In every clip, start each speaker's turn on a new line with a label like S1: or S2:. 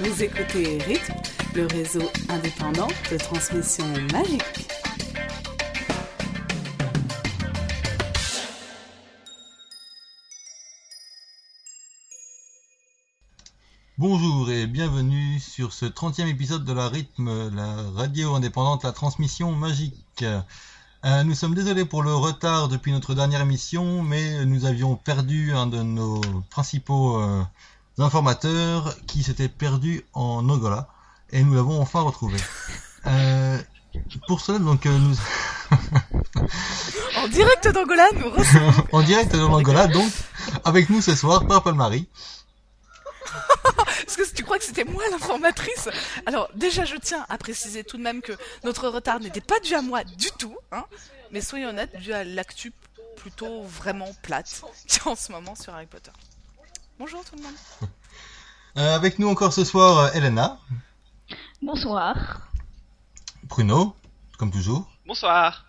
S1: Vous écoutez Rythme, le réseau indépendant de transmission magique.
S2: Bonjour et bienvenue sur ce 30e épisode de la rythme, la radio indépendante, la transmission magique. Euh, nous sommes désolés pour le retard depuis notre dernière émission, mais nous avions perdu un de nos principaux euh, informateurs qui s'était perdu en Angola et nous l'avons enfin retrouvé. Euh, pour cela, donc, euh, nous...
S3: En direct d'Angola, nous recevons.
S2: en direct de l'Angola, donc, avec nous ce soir, Purple Marie.
S3: Parce que tu crois que c'était moi l'informatrice Alors déjà, je tiens à préciser tout de même que notre retard n'était pas dû à moi du tout, hein, mais soyons honnêtes, dû à l'actu plutôt vraiment plate qu'il y a en ce moment sur Harry Potter. Bonjour tout le monde.
S2: Euh, avec nous encore ce soir, euh, Elena,
S4: Bonsoir.
S2: Bruno, comme toujours.
S5: Bonsoir.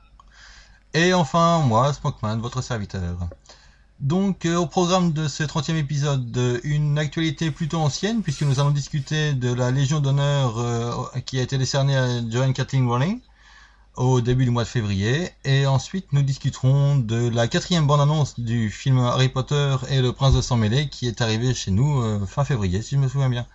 S2: Et enfin, moi, Spockman, votre serviteur. Donc, euh, au programme de ce 30e épisode, euh, une actualité plutôt ancienne, puisque nous allons discuter de la Légion d'honneur euh, qui a été décernée à Joanne Kathleen Rowling au début du mois de février. Et ensuite, nous discuterons de la quatrième bande-annonce du film Harry Potter et le Prince de Sang Mêlé qui est arrivé chez nous euh, fin février, si je me souviens bien.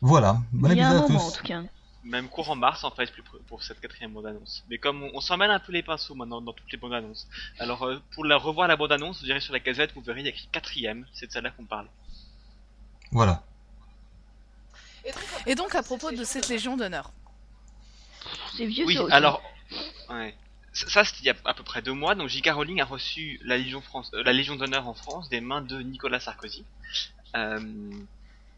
S2: Voilà, bon
S4: Il y a
S2: épisode
S4: un
S2: à
S4: moment en
S2: tous.
S4: tout cas.
S5: Même cours en mars en fait plus pr- pour cette quatrième bande-annonce. Mais comme on, on s'en mêle un peu les pinceaux maintenant dans toutes les bandes-annonces. Alors euh, pour la revoir la bande-annonce, vous irez sur la gazette, vous verrez il y a écrit quatrième, c'est de celle-là qu'on parle.
S2: Voilà.
S3: Et donc à propos de cette Légion d'honneur.
S4: C'est vieux
S5: Oui,
S4: ça aussi.
S5: alors... ouais. Ça, ça, c'était il y a à peu près deux mois, donc J.K. Rowling a reçu la Légion, France, euh, la Légion d'honneur en France des mains de Nicolas Sarkozy, euh,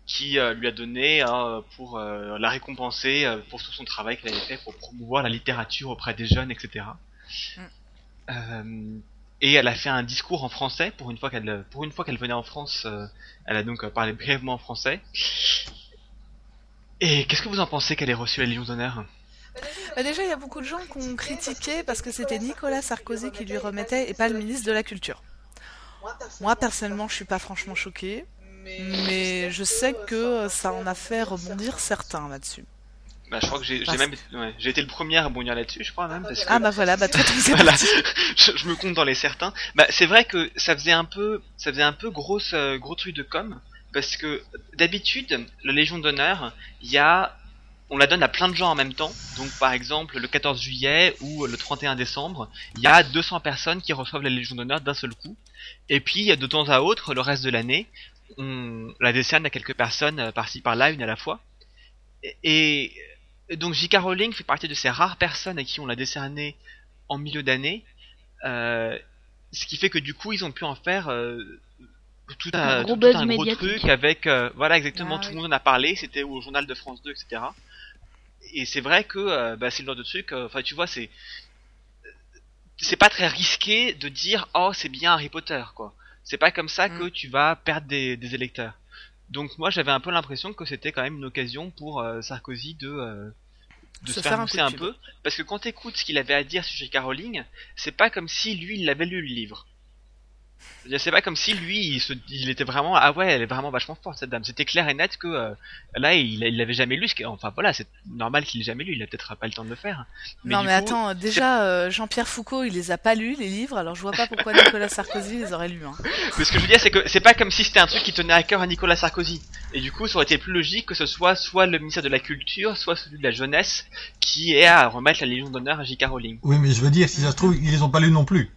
S5: qui euh, lui a donné euh, pour euh, la récompenser euh, pour tout son travail qu'elle avait fait pour promouvoir la littérature auprès des jeunes, etc.
S3: Mm.
S5: Euh, et elle a fait un discours en français pour une fois qu'elle pour une fois qu'elle venait en France, euh, elle a donc euh, parlé brièvement en français. Et qu'est-ce que vous en pensez qu'elle ait reçu la Légion d'honneur
S3: Bah, déjà, il y a beaucoup de gens qui ont critiqué parce que c'était Nicolas Sarkozy qui lui remettait et pas le ministre de la Culture. Moi personnellement, je suis pas franchement choquée, mais je sais que euh, ça en a fait rebondir certains là-dessus.
S5: Bah, je crois que j'ai j'ai
S3: Parce-
S5: même ouais, j'ai été le premier à rebondir là-dessus, je crois même parce que
S3: Ah bah voilà, bah toi tu sais
S5: voilà, je, je me compte dans les certains. Bah, c'est vrai que ça faisait un peu ça faisait un peu grosse euh, gros truc de com parce que d'habitude la Légion d'honneur, il y a on la donne à plein de gens en même temps. Donc par exemple le 14 juillet ou le 31 décembre, il y a 200 personnes qui reçoivent la Légion d'honneur d'un seul coup. Et puis de temps à autre, le reste de l'année, on la décerne à quelques personnes euh, par-ci par-là, une à la fois. Et, et donc J.K. Rowling fait partie de ces rares personnes à qui on l'a décerné en milieu d'année, euh, ce qui fait que du coup ils ont pu en faire euh, tout un,
S4: Un gros
S5: tout
S4: buzz
S5: un gros
S4: médiatique.
S5: truc avec euh, voilà
S3: Ah
S5: exactement tout
S3: oui.
S5: le monde en a parlé, c'était au journal de France 2 etc. Et c'est vrai que euh, bah, c'est le genre de truc, euh, enfin tu vois c'est c'est pas très risqué de dire oh c'est bien Harry Potter quoi. C'est pas comme ça
S3: Mm.
S5: que tu vas perdre des, des électeurs. Donc moi j'avais un peu l'impression que c'était quand même une occasion pour euh, Sarkozy de euh, de se, faire mousser
S3: de
S5: un
S3: pub.
S5: peu parce que quand t'écoutes ce qu'il avait à dire sur J.K. Rowling, c'est pas comme si lui il avait lu le livre. C'est-à-dire, C'est pas comme si lui il, se, il était vraiment ah ouais elle est vraiment vachement forte cette dame. C'était clair et net que euh, là il il l'avait jamais lu. ce qui- Enfin voilà c'est normal qu'il l'ait jamais lu. Il a peut-être pas le temps de le faire.
S3: non
S5: du
S3: mais
S5: coup,
S3: attends, déjà euh, Jean-Pierre Foucault, il les a pas lus les livres, alors je vois pas pourquoi Nicolas Sarkozy les aurait lus. Hein.
S5: Mais ce que je veux dire, c'est que c'est pas comme si c'était un truc qui tenait à cœur à Nicolas Sarkozy. Et du coup, ça aurait été plus logique que ce soit soit le ministère de la Culture, soit celui de la Jeunesse, qui est à remettre la Légion d'honneur à J.K. Rowling.
S2: Oui, mais je veux dire, si ça se trouve, ils les ont pas lus non plus.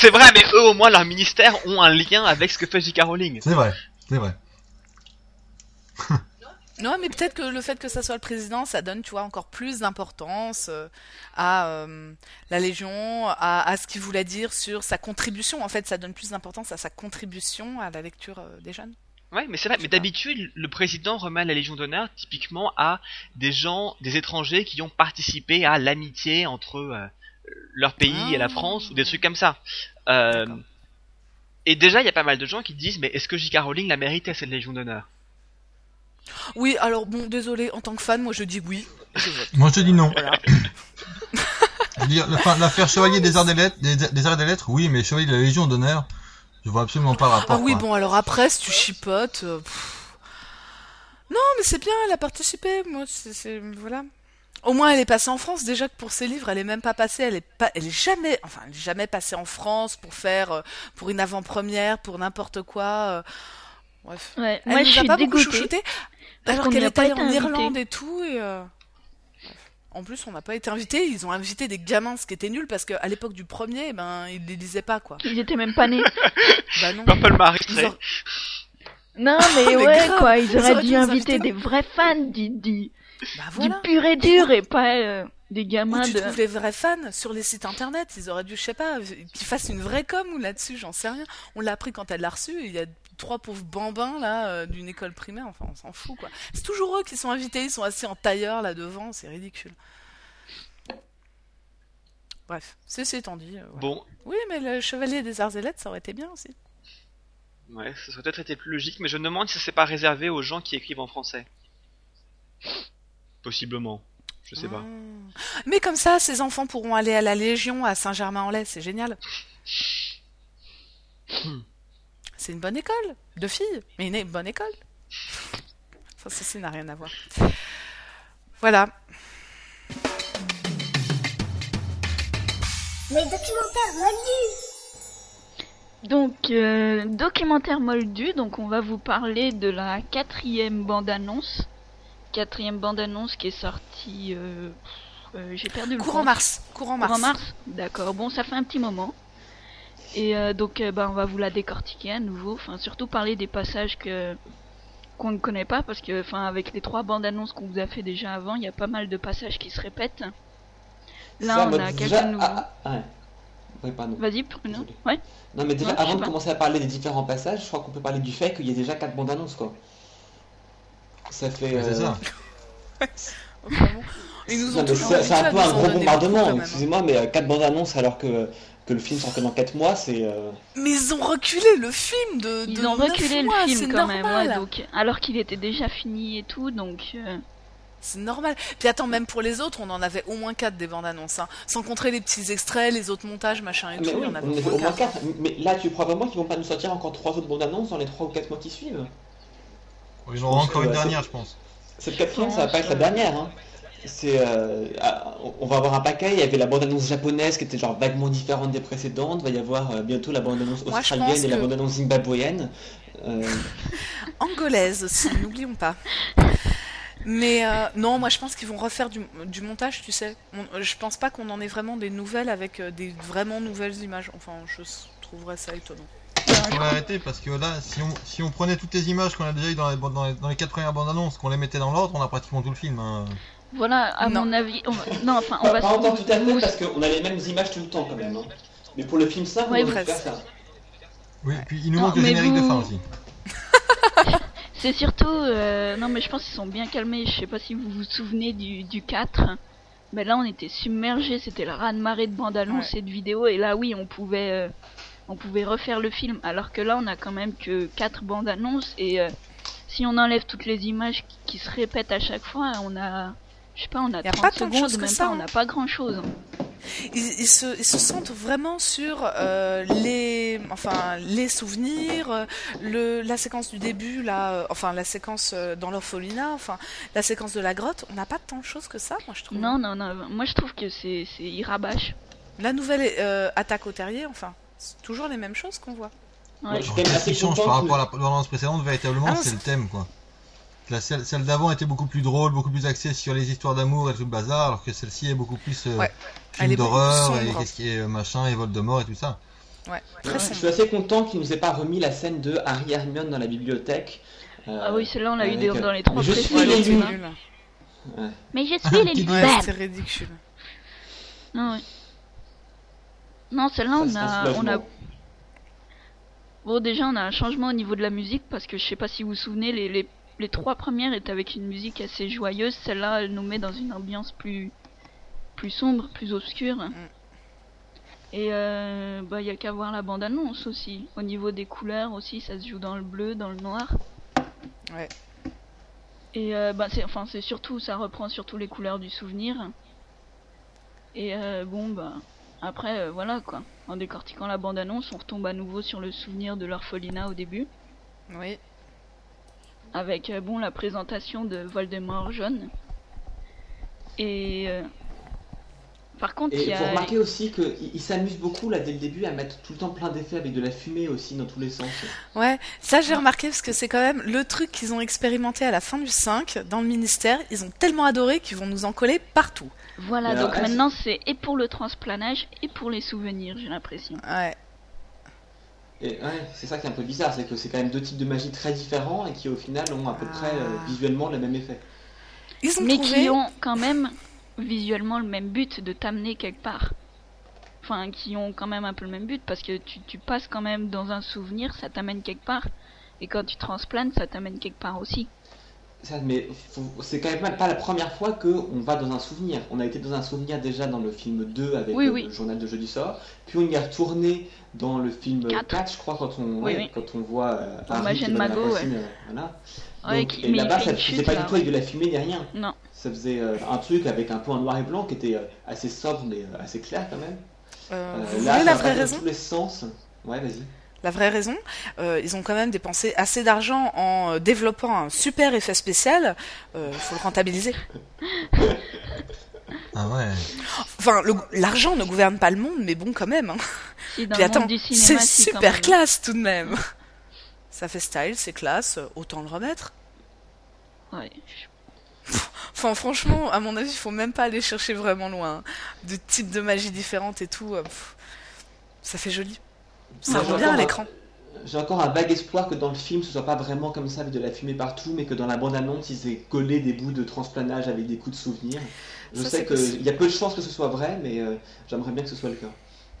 S5: c'est vrai, mais eux, au moins, leurs ministères ont un lien avec ce que fait J.K. Rowling.
S2: C'est vrai, c'est vrai.
S3: Non mais peut-être que le fait que ça soit le président, ça donne tu vois encore plus d'importance euh, à euh, la Légion, à, à ce qu'il voulait dire sur sa contribution. En fait, ça donne plus d'importance à sa contribution à la lecture euh, des jeunes.
S5: Ouais, mais c'est vrai. Mais d'habitude, le président remet la Légion d'honneur typiquement à des gens, des étrangers qui ont participé à l'amitié entre euh, leur pays et la
S3: Ah.
S5: France ou des trucs comme ça. Euh,
S3: D'accord.
S5: et déjà, il y a pas mal de gens qui disent, mais est-ce que J.K. Rowling la méritait cette Légion d'honneur
S3: Oui, alors bon, désolé, en tant que fan, moi je dis oui. Je vote.
S2: Moi, je te dis non.
S3: Voilà.
S2: Je veux dire, la- enfin, l'affaires Chevalier des Arts des Lettres, des, des Arts et des Lettres, oui, mais Chevalier de la Légion d'honneur, je vois absolument pas le rapport.
S3: Ah oui,
S2: quoi.
S3: bon, alors après, si tu chipotes, euh, pff, Non, mais c'est bien, elle a participé. Moi, c'est- c'est voilà. Au moins, elle est passée en France. Déjà que pour ses livres, elle est même pas passée. Elle est pas, elle est jamais, enfin, elle est jamais passée en France pour faire, euh, pour une avant-première, pour n'importe quoi. euh, Bref.
S4: Ouais,
S3: Elle
S4: moi
S3: nous
S4: je
S3: a
S4: suis
S3: pas beaucoup
S4: dégoûtée.
S3: chouchoutée, alors
S4: qu'on
S3: qu'elle
S4: n'y a
S3: est
S4: pas
S3: allée
S4: été
S3: en
S4: invité.
S3: Irlande et tout. Et euh, bref. En plus, on n'a pas été invités. Ils ont invité des gamins, ce qui était nul parce qu'à l'époque du premier, eh ben, ils les lisaient pas quoi.
S4: Ils étaient même pas nés.
S3: Bah non.
S5: Purple Marie,
S3: Ils auraient-
S4: Non, mais,
S3: Ah, Mais
S4: ouais,
S3: grave,
S4: quoi, ils
S3: ils
S4: auraient
S3: auraient dû
S4: dû
S3: nous
S4: inviter
S3: inviter.
S4: des vrais fans du, du,
S3: Bah
S4: du
S3: voilà.
S4: pur et dur et pas euh, des
S3: Où
S4: gamins
S3: tu
S4: de.
S3: trouves les vrais fans sur les sites internet. Ils auraient dû, je sais pas, qu'ils fassent une vraie com ou là-dessus, j'en sais rien. On l'a appris quand elle l'a reçu. et Il y a trois pauvres bambins là euh, d'une école primaire. Enfin, on s'en fout quoi. C'est toujours eux qui sont invités. Ils sont assis en tailleur là devant. C'est ridicule. Bref, ceci étant dit. euh, voilà.
S5: Bon,
S3: Oui, mais le Chevalier des Arzélettes, ça aurait été bien aussi.
S5: ouais, ça aurait peut-être été plus logique, mais je me demande si c'est pas réservé aux gens qui écrivent en français. Possiblement. Je sais pas.
S3: Hmm. Mais comme ça, ces enfants pourront aller à la Légion à Saint-Germain-en-Laye, c'est génial.
S5: Hmm.
S3: C'est une bonne école de filles, mais une bonne école. Ça, ceci n'a rien à voir. Voilà.
S6: Les documentaires moldus
S4: Donc, euh, documentaire moldu, donc on va vous parler de la quatrième bande-annonce. Quatrième bande-annonce qui est sortie. euh, euh, J'ai perdu le
S3: Courant
S4: compte.
S3: mars. Courant mars.
S4: Courant mars D'accord, bon, ça fait un petit moment. Et euh, donc, euh, bah, on va vous la décortiquer à nouveau. Enfin, surtout parler des passages que qu'on ne connaît pas, parce que, enfin, avec les trois bandes annonces qu'on vous a fait déjà avant, il y a pas mal de passages qui se répètent. Là,
S7: Ça,
S4: on
S7: bah,
S4: a quelques
S7: déjà-
S4: nouveaux.
S7: ah, ah, ouais. Ouais, pardon.
S4: Vas-y, Bruno.
S7: Désolé.
S4: Ouais.
S7: Non, mais déjà,
S4: Non, je sais
S7: avant de
S4: pas.
S7: commencer à parler des différents passages, je crois qu'on peut parler du fait qu'il y a déjà quatre bandes annonces, quoi. Ça fait.
S2: C'est
S7: euh,
S2: ça.
S3: Oh, vraiment. Ils nous
S7: non,
S3: ont
S7: mais
S3: toujours
S7: c'est c'est
S3: habitués à
S7: un peu
S3: nous
S7: un
S3: en
S7: gros
S3: donner beaucoup, quand
S7: bombardement,
S3: même, hein.
S7: excusez-moi, mais euh, quatre bandes annonces alors que, que le film sort que dans 4 mois, c'est. euh,
S3: Mais ils ont reculé le film de. de
S4: Ils ont
S3: neuf
S4: reculé
S3: mois,
S4: le
S3: c'est
S4: film quand même, ouais,
S3: normal.
S4: donc, euh, alors qu'il était déjà fini et tout, donc. euh,
S3: C'est normal. Puis attends, même pour les autres, on en avait au moins quatre des bandes annonces. hein. Sans compter les petits extraits, les autres montages, machin et
S7: Mais
S3: tout.
S7: oui,
S3: on en avait
S7: on en
S3: au
S7: fait au
S3: moins
S7: moins
S3: quatre.
S7: 4. Mais là, tu crois vraiment qu'ils vont pas nous sortir encore trois autres bandes annonces dans les 3 ou 4 mois qui suivent
S2: Ils en auront encore une
S7: Ouais, c'est-
S2: dernière, je pense.
S7: Cette quatrième, ça va pas être la dernière. Hein. C'est, euh, ah, on va avoir un paquet. Il y avait la bande-annonce japonaise qui était genre vaguement différente des précédentes. Il va y avoir euh, bientôt la bande-annonce
S3: Moi, je
S7: australienne
S3: pense
S7: et la
S3: que-
S7: bande-annonce zimbabwéenne. Euh,
S3: Angolaise aussi, n'oublions pas. Mais euh, non, moi je pense qu'ils vont refaire du, du montage, tu sais. On- euh, je pense pas qu'on en ait vraiment des nouvelles avec euh, des vraiment nouvelles images. Enfin, je s- trouverais ça étonnant.
S2: On va arrêter parce que là, si on, si on prenait toutes les images qu'on a déjà eues dans les, bandes- dans les, dans les quatre premières bandes annonces, qu'on les mettait dans l'ordre, on a pratiquement tout le film. hein.
S4: Voilà, à
S3: Non.
S4: mon avis. on va- Non, enfin, on
S7: pas,
S4: va
S7: pas encore
S4: se-
S7: tout à fait parce qu'on a les mêmes images tout le temps quand même. hein. Mais pour le film simple,
S4: Ouais,
S7: on va
S3: presque.
S7: faire ça.
S2: Oui, puis il nous
S4: Non,
S2: manque le
S4: mais
S2: générique de
S4: vous-
S2: fin aussi.
S4: C'est surtout. euh, Non, mais je pense qu'ils sont bien calmés. Je sais pas si vous vous souvenez du, du 4. Mais là, on était submergés. C'était le raz-de-marée de bandes annonces et de vidéos. Et là, oui, on pouvait. euh, On pouvait refaire le film. Alors que là, on a quand même que 4 bandes annonces. Et euh, si on enlève toutes les images qui- qui se répètent à chaque fois, on a. Je sais pas, on a
S3: Y a
S4: 30
S3: pas tant de
S4: secondes,
S3: choses que
S4: même
S3: ça,
S4: pas,
S3: hein.
S4: on n'a pas grand chose.
S3: ils, ils se, ils se centrent vraiment sur euh, les, enfin, les souvenirs, euh, le, la séquence du début, là, euh, enfin la séquence euh, dans l'orphelinat, enfin la séquence de la grotte. On n'a pas tant de choses que ça, moi je trouve.
S4: Non, non, non. Moi, je trouve que c'est. c'est- Ils rabâchent.
S3: La nouvelle euh, attaque au terrier, enfin, c'est toujours les mêmes choses qu'on voit.
S4: Ouais.
S7: Je
S2: Alors,
S7: suis quand même
S2: Qu'est-ce
S7: assez
S2: qui change
S7: content
S2: par
S7: que-
S2: rapport à la bande annonce précédente Véritablement,
S3: Ah,
S2: c'est
S3: c'est-
S2: le thème, quoi. La, celle celle d'avant était beaucoup plus drôle, beaucoup plus axée sur les histoires d'amour et tout le bazar, alors que celle-ci est beaucoup plus euh,
S3: Ouais. Elle
S2: film
S3: est beaucoup
S2: d'horreur
S3: plus
S2: et
S3: sombre.
S2: qu'est-ce qui est euh, machin et Voldemort et tout ça.
S3: Ouais, très
S7: Je
S3: sombre.
S7: suis assez content qu'ils nous aient pas remis la scène de Harry et Hermione dans la bibliothèque. Euh,
S4: Ah oui, celle-là, on l'a eu
S7: avec,
S4: dans
S7: euh,
S4: dans les trois
S7: je suis
S4: précédents.
S3: elle était
S7: l'élu.
S4: hein.
S3: nulle.
S4: Mais je suis
S2: Petit
S4: l'élu.
S2: doigt.
S4: Bam
S3: C'était ridicule.
S4: Non, Ah ouais. Non, celle-là,
S7: ça,
S4: on
S7: c'est un
S4: a, on a.
S7: soulagement.
S4: Bon, déjà, on a un changement au niveau de la musique parce que je sais pas si vous vous souvenez, les, les, les trois premières étaient avec une musique assez joyeuse. Celle-là, elle nous met dans une ambiance plus, plus sombre, plus obscure. Et euh, bah, il y a qu'à voir la bande-annonce aussi. Au niveau des couleurs aussi, ça se joue dans le bleu, dans le noir.
S3: Ouais.
S4: Et euh, bah, c'est enfin c'est surtout ça reprend surtout les couleurs du souvenir. Et euh, bon bah après euh, voilà quoi. En décortiquant la bande annonce, on retombe à nouveau sur le souvenir de l'orphelinat au début.
S3: Oui.
S4: avec euh, bon la présentation de Voldemort jaune. Et euh, par contre, il y
S7: Et vous
S4: a
S7: remarquez aussi qu'ils s'amusent beaucoup là dès le début à mettre tout le temps plein d'effets avec de la fumée aussi dans tous les sens.
S3: Ouais, ça j'ai remarqué parce que c'est quand même le truc qu'ils ont expérimenté à la fin du 5 dans le ministère. Ils ont tellement adoré qu'ils vont nous en coller partout.
S4: voilà.
S7: Mais alors,
S4: donc
S7: est-ce-
S4: maintenant, c'est et pour le transplanage et pour les souvenirs, j'ai l'impression.
S3: Ouais.
S7: Et ouais, c'est ça qui est un peu bizarre, c'est que c'est quand même deux types de magie très différents et qui au final ont à peu
S3: Ah.
S7: près euh, visuellement le même effet.
S3: Ils ont
S4: mais
S3: trouvé.
S4: qui ont quand même visuellement le même but de t'amener quelque part. Enfin, qui ont quand même un peu le même but parce que tu, tu passes quand même dans un souvenir, ça t'amène quelque part. Et quand tu transplanes, ça t'amène quelque part aussi.
S7: Ça, mais faut- c'est quand même pas la première fois qu'on va dans un souvenir. On a été dans un souvenir déjà dans le film 2 avec
S4: Oui,
S7: euh,
S4: oui.
S7: le journal de jeu du sort, puis on y est retourné dans le film
S4: Quatre.
S7: 4, je crois, quand on,
S4: Oui,
S7: ouais,
S4: oui.
S7: Quand on voit euh,
S4: Dans
S7: Harry
S4: Magie
S7: qui
S4: de
S7: va dans la
S4: Mago, ouais.
S7: piscine, euh, voilà.
S4: Ouais,
S7: Donc,
S4: qui-
S7: et
S4: mais il
S7: là-bas,
S4: fait
S7: ça
S4: une chute,
S7: faisait pas
S4: là.
S7: du tout avec de la fumée ni rien.
S4: Non.
S7: Ça faisait euh, un truc avec un peu en noir et blanc qui était euh, assez sobre mais euh, assez clair quand même.
S3: euh,
S7: Euh,
S3: vous
S7: là,
S3: voulez
S7: ça
S3: la
S7: va
S3: vraie
S7: dans
S3: raison
S7: tous les sens. Ouais, vas-y.
S3: La vraie raison, euh, ils ont quand même dépensé assez d'argent en euh, développant un super effet spécial. Euh, faut le rentabiliser.
S2: Ah ouais.
S3: Enfin, le- l'argent ne gouverne pas le monde, mais bon, quand même. hein.
S4: Si dans
S3: Puis
S4: le
S3: attends,
S4: monde du
S3: c'est
S4: cinéma, euh, si, quand
S3: super
S4: même.
S3: classe tout de même. Ça fait style, c'est classe, euh, autant le remettre.
S4: Ouais.
S3: Enfin, franchement, à mon avis, il faut même pas aller chercher vraiment loin. hein. De types de magie différentes et tout. euh, pff, ça fait joli. Ça
S7: Moi,
S3: rend
S7: j'ai
S3: bien à
S7: encore un-
S3: l'écran.
S7: J'ai encore un vague espoir que dans le film ce soit pas vraiment comme ça avec de la fumée partout, mais que dans la bande-annonce ils aient collé des bouts de transplanage avec des coups de souvenirs. Je
S3: Ça, c'est
S7: sais
S3: possible.
S7: qu'il y a peu de chances que ce soit vrai, mais euh, j'aimerais bien que ce soit le cas.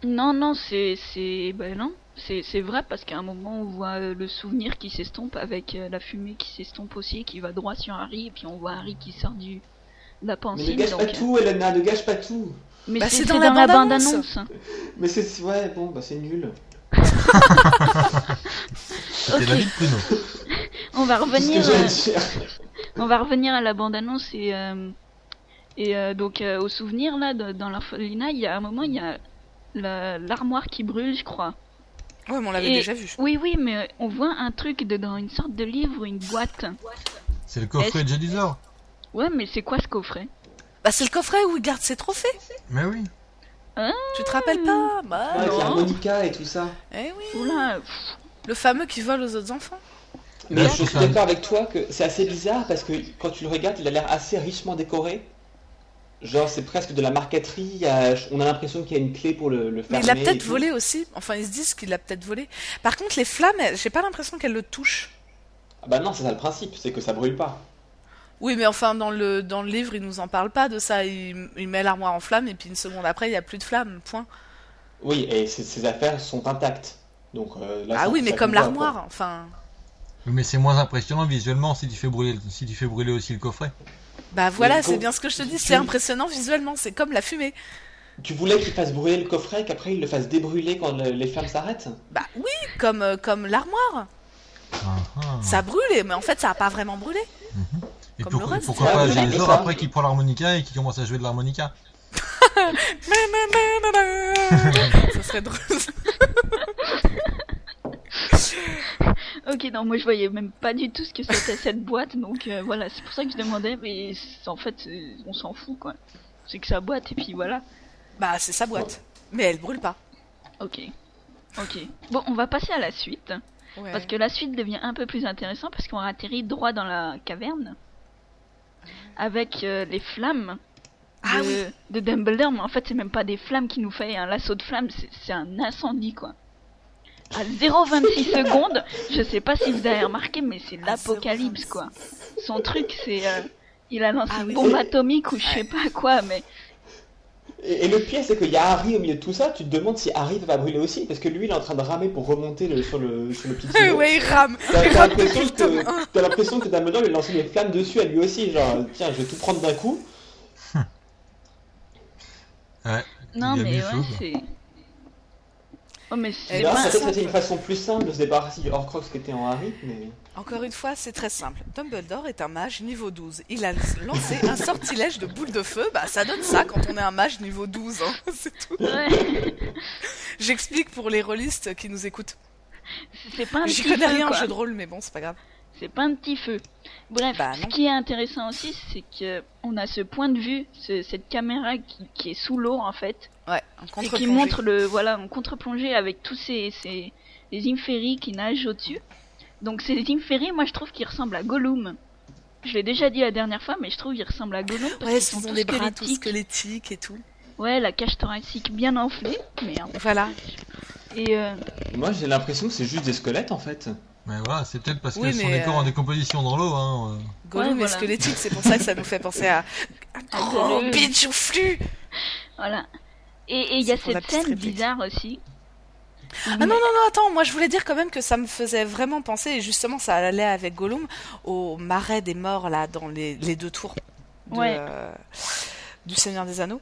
S4: Non, non, c'est. c'est- Ben non. C'est c'est vrai parce qu'à un moment, on voit euh, le souvenir qui s'estompe avec euh, la fumée qui s'estompe aussi et qui va droit sur Harry. Et puis on voit Harry qui sort du, de la
S7: Mais
S4: pensée. euh,
S7: ne gâche pas tout, Elena, ne gâche pas tout.
S4: Mais
S3: Bah,
S4: c'est
S3: c'est
S4: c'est
S3: dans
S4: dans,
S3: la
S4: la
S3: bande-annonce.
S4: bande-annonce. hein.
S7: Mais c'est ouais, bon, bah c'est nul.
S2: C'est la vie de Bruno.
S4: On va
S7: C'est ce que
S4: revenir.
S7: j'allais
S4: euh,
S7: dire.
S4: On va revenir à la bande-annonce et, euh, et euh, donc euh, au souvenir là de- dans l'orphelinat, il y a un moment il y a la- l'armoire qui brûle, je crois.
S3: Ouais, mais on l'avait
S4: et-
S3: déjà vu.
S4: Oui oui, mais euh, on voit un truc dedans, une sorte de livre, une boîte.
S2: C'est le coffret de Jedi Zor.
S4: Ouais, mais c'est quoi ce coffret
S3: Bah, c'est le coffret où il garde ses trophées.
S2: Mais oui.
S3: Tu te rappelles pas Bah,
S7: Ouais, avec
S3: non.
S7: l'harmonica et tout ça.
S3: Eh oui.
S4: Oula, pff,
S3: Le fameux qui vole aux autres enfants.
S7: Mais
S2: Là,
S7: je
S2: c'est
S7: suis
S2: un-
S7: d'accord avec toi que c'est assez bizarre parce que quand tu le regardes, il a l'air assez richement décoré. Genre, c'est presque de la marqueterie. il y a- On a l'impression qu'il y a une clé pour le, le
S3: Mais
S7: fermer.
S3: il l'a
S7: et
S3: peut-être
S7: tout.
S3: volé aussi. Enfin, ils se disent qu'il l'a peut-être volé. Par contre, les flammes, elles- j'ai pas l'impression qu'elles le touchent.
S7: Ah Bah non, c'est ça le principe, c'est que ça brûle pas.
S3: Oui, mais enfin, dans le, dans le livre, il nous en parle pas de ça. Il, il met l'armoire en flamme et puis une seconde après, il y a plus de flammes. Point.
S7: Oui, et ces- ces affaires sont intactes. Donc, euh, là,
S3: Ah
S7: ça-
S3: oui, mais
S7: ça
S3: comme
S7: nous va,
S3: l'armoire,
S7: quoi.
S3: enfin.
S2: Mais c'est moins impressionnant visuellement si tu fais brûler, si tu fais brûler aussi le coffret.
S3: Bah voilà,
S7: Mais
S3: c'est
S7: bon,
S3: bien ce que je te dis.
S7: tu-
S3: C'est impressionnant visuellement. C'est comme la fumée.
S7: Tu voulais qu'il fasse brûler le coffret et qu'après il le fasse débrûler quand le- les flammes s'arrêtent
S3: Bah oui, comme, euh, comme l'armoire.
S2: Ah, ah.
S3: Ça a brûlé, mais en fait, ça a pas vraiment brûlé.
S2: et
S3: comme
S2: pour-
S3: le reste.
S2: pourquoi
S7: Ah,
S2: pas
S7: oui,
S2: Jedi
S7: mais
S2: Zor
S7: ça-
S2: après qui prend l'harmonica et qui commence à jouer de l'harmonica
S3: ça serait drôle.
S4: ok, non, moi je voyais même pas du tout ce que c'était cette boîte, donc euh, voilà, c'est pour ça que je demandais, mais c'est- en fait, c'est- on s'en fout quoi. C'est que sa boîte et puis voilà.
S3: Bah, c'est sa boîte. Mais elle brûle pas.
S4: Ok, ok. Bon, on va passer à la suite.
S3: Ouais.
S4: Parce que la suite devient un peu plus intéressante parce qu'on atterrit droit dans la caverne avec euh, les flammes
S3: Ah
S4: de,
S3: oui.
S4: de Dumbledore, mais en fait c'est même pas des flammes qui nous fait un lasso de flammes, c'est- c'est un incendie quoi. À 0,26 secondes, je sais pas si vous avez remarqué, mais c'est
S3: À 0,26.
S4: l'apocalypse quoi. Son truc c'est. euh, il a lancé
S3: Ah oui.
S4: une bombe atomique ou je sais pas quoi, mais.
S7: Et, et le pire, c'est qu'il y a Harry au milieu de tout ça, tu te demandes si Harry va pas brûler aussi, parce que lui il est en train de ramer pour remonter le- sur, le, sur le petit îlot.
S3: ouais, il rame.
S7: T'as
S3: il
S7: t'as
S3: rame
S7: l'impression
S3: depuis le
S7: que, t'as l'impression que Dumbledore lui a lancé des flammes dessus à lui aussi, genre tiens, je vais tout prendre d'un coup.
S4: Non,
S2: Il a mis
S4: mais
S2: le feu,
S4: ouais,
S2: quoi.
S4: c'est. Oh, mais c'est
S7: Et
S3: Eh
S7: là,
S3: ben,
S4: pas-
S7: peut-être
S3: ça-
S7: c'était une façon plus simple de se débarrasser du Horcrux qui était en Harry, mais.
S3: Encore une fois, c'est très simple. Dumbledore est un mage niveau 12. Il a lancé un sortilège de boules de feu. Bah, ça donne ça quand on est un mage niveau 12. hein. C'est tout.
S4: ouais,
S3: J'explique pour les rôlistes qui nous écoutent.
S4: c'est pas un
S3: J'y
S4: petit
S3: connais
S4: feu,
S3: rien en
S4: quoi.
S3: jeu de rôle, mais bon, c'est pas grave.
S4: C'est pas un petit feu. Bref,
S3: Bah,
S4: ce
S3: non.
S4: qui est intéressant aussi, c'est que on a ce point de vue, ce- cette caméra qui, qui est sous l'eau en fait,
S3: Ouais, en
S4: et
S3: contre
S4: qui montre le voilà en contre-plongée avec tous ces, ces les inféries qui nagent au-dessus. Donc ces inféries, moi je trouve qu'ils ressemblent à Gollum. Je l'ai déjà dit la dernière fois, mais je trouve qu'ils ressemblent à Gollum parce
S3: Ouais,
S4: qu'ils sont
S3: ils ont
S4: tous
S3: des bras tout
S4: squelettiques.
S3: squelettiques et tout.
S4: Ouais, la cage thoracique bien enflée, mais en-
S3: Voilà.
S4: et euh,
S7: Moi, j'ai l'impression que c'est juste des squelettes en fait.
S2: Mais voilà, c'est peut-être parce que
S3: Oui,
S2: son
S3: mais,
S2: décor
S3: euh,
S2: en décomposition dans l'eau. Hein. euh.
S3: Gollum
S4: voilà. Oh,
S3: est squelettique, c'est pour ça que ça nous fait penser à un grand
S4: Gollum.
S3: bitch ou flu.
S4: voilà. Et et il y a
S3: C'est pour la
S4: cette
S3: petite
S4: scène
S3: réplique.
S4: bizarre aussi.
S3: Ah non, non, non, attends, moi je voulais dire quand même que ça me faisait vraiment penser, et justement ça allait avec Gollum, au marais des morts là, dans les, les deux tours de,
S4: Ouais.
S3: euh, du Seigneur des Anneaux.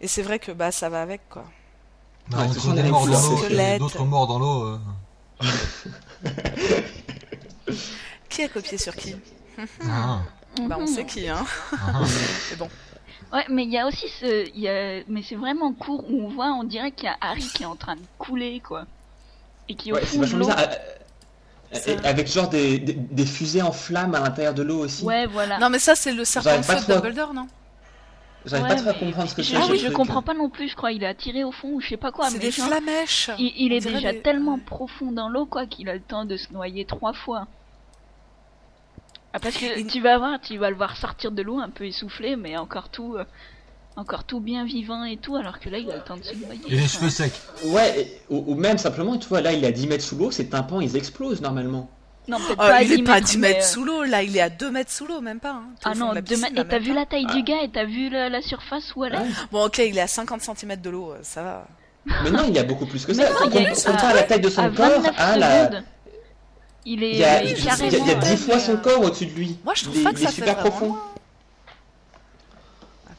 S3: Et c'est vrai que bah ça va avec quoi.
S2: Bah,
S7: Ouais, ce sont
S2: entre
S7: des
S2: des morts dans
S7: squelettes.
S2: l'eau et d'autres morts dans l'eau. euh.
S3: Qui a copié sur qui
S2: Ah,
S3: Bah on
S4: Mhm.
S3: sait qui, hein.
S2: ah,
S3: Mais bon.
S4: Ouais, mais il y a aussi ce, il y a, mais c'est vraiment court où on voit, on dirait qu'il y a Harry qui est en train de couler quoi, et qui est au
S7: Ouais, c'est
S4: fond de
S7: vachement
S4: l'eau.
S7: bizarre. Euh, euh,
S3: Ça-
S7: et Avec genre des, des, des fusées en flammes à l'intérieur de l'eau aussi.
S4: Ouais, voilà.
S3: Ah. Non mais ça c'est le serpent de
S7: J'arrive pas
S3: feu de
S7: trop à-
S3: Dumbledore, non
S7: J'arrive
S4: Ouais,
S7: pas trop à
S4: mais-
S7: comprendre ce que c'est.
S4: Ah
S7: ce
S4: oui, je
S7: truc.
S4: comprends pas non plus, je crois. Il est attiré au fond ou je sais pas quoi.
S3: C'est
S4: Ah, Mais
S3: des
S4: genre,
S3: flamèches.
S4: il, il
S3: On
S4: est
S3: dirait
S4: déjà
S3: des-
S4: tellement
S3: ouais.
S4: profond dans l'eau quoi qu'il a le temps de se noyer trois fois. Ah, parce que
S3: Il-
S4: tu vas voir, tu vas le voir sortir de l'eau un peu essoufflé, mais encore tout, euh, encore tout bien vivant et tout, alors que là il a le temps de se noyer.
S2: Et les
S4: Enfin,
S2: cheveux secs.
S7: Ouais, et- ou, ou même simplement, tu vois, là, il est à 10 mètres sous l'eau, ses tympans, ils explosent normalement.
S4: Non, peut-être
S3: Euh,
S4: pas à
S3: il est pas à 10
S4: mais,
S3: mètres
S4: euh,
S3: sous l'eau, là, il est à 2 mètres sous l'eau, même pas. hein. Tout au
S4: Ah
S3: fond
S4: non,
S3: de la
S4: deux
S3: piscine,
S4: mètres-
S3: là,
S4: et t'as
S3: même
S4: vu
S3: pas.
S4: la taille du gars et t'as vu la, la surface où elle est
S7: Ouais.
S3: Bon, ok, il est à 50 cm de l'eau, euh, ça va.
S7: Mais non, il y a beaucoup plus que
S4: Mais
S7: ça.
S4: non,
S7: Quand
S4: il y a-
S7: on compare la taille de
S4: À
S7: son corps
S4: 29
S7: à la.
S4: secondes. Il
S7: Ah Il
S4: est,
S7: y a,
S4: il est
S7: il y a-
S4: carrément.
S7: il y a
S3: euh,
S7: 10 fois son corps au-dessus de lui.
S3: Moi, je trouve
S7: Il est-
S3: pas que
S7: il est
S3: ça fait
S7: super
S3: vraiment
S7: profond.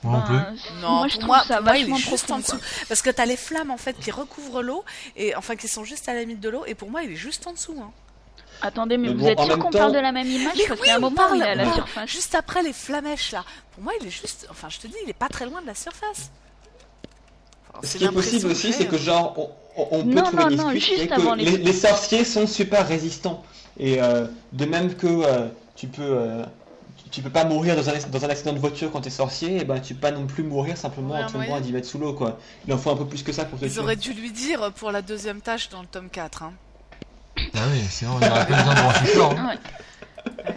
S2: Moi non plus.
S4: ben,
S3: Non,
S4: moi je
S3: pour
S4: trouve
S3: moi,
S4: ça
S3: pour moi, il est
S4: vachement
S3: juste en
S4: profond.
S3: dessous. Parce que t'as les flammes, en fait, qui recouvrent l'eau, et enfin, qui sont juste à la limite de l'eau, et pour moi, il est juste en dessous. hein.
S4: quoi. Attendez, mais,
S7: Mais
S4: vous
S7: bon,
S4: êtes
S7: en
S4: sûr
S7: même
S4: qu'on
S7: temps-
S4: parle de la même image
S3: Mais
S4: Parce
S3: oui,
S4: qu'à un
S3: on
S4: moment,
S3: parle-
S4: il est à
S3: on
S4: la
S3: parle.
S4: surface.
S3: Juste après les flamèches, là. Pour moi, il est juste. Enfin, je te dis, il est pas très loin de la surface. Enfin,
S7: Ce qui est possible
S3: l'impression
S7: aussi,
S3: j'ai,
S7: c'est que
S3: hein.
S7: genre, on, on- on peut
S4: Non,
S7: trouver
S4: non,
S7: une
S4: non,
S7: excuse,
S4: juste
S7: c'est que
S4: avant les-
S7: les... les sorciers sont super résistants. Et euh, de même que euh, tu peux. euh, tu- tu peux pas mourir dans un, dans un accident de voiture quand t'es sorcier, et ben tu peux pas non plus mourir simplement
S3: Ouais,
S7: en tombant
S3: moyen.
S7: à 10 mètres sous l'eau quoi. Il en faut un peu plus que ça pour te
S3: Ils
S7: tuer.
S3: auraient dû lui dire pour la deuxième tâche dans le tome 4. Hein.
S2: Ah oui, sinon on aurait pas besoin de brancher le corps,
S4: Ah
S2: hein.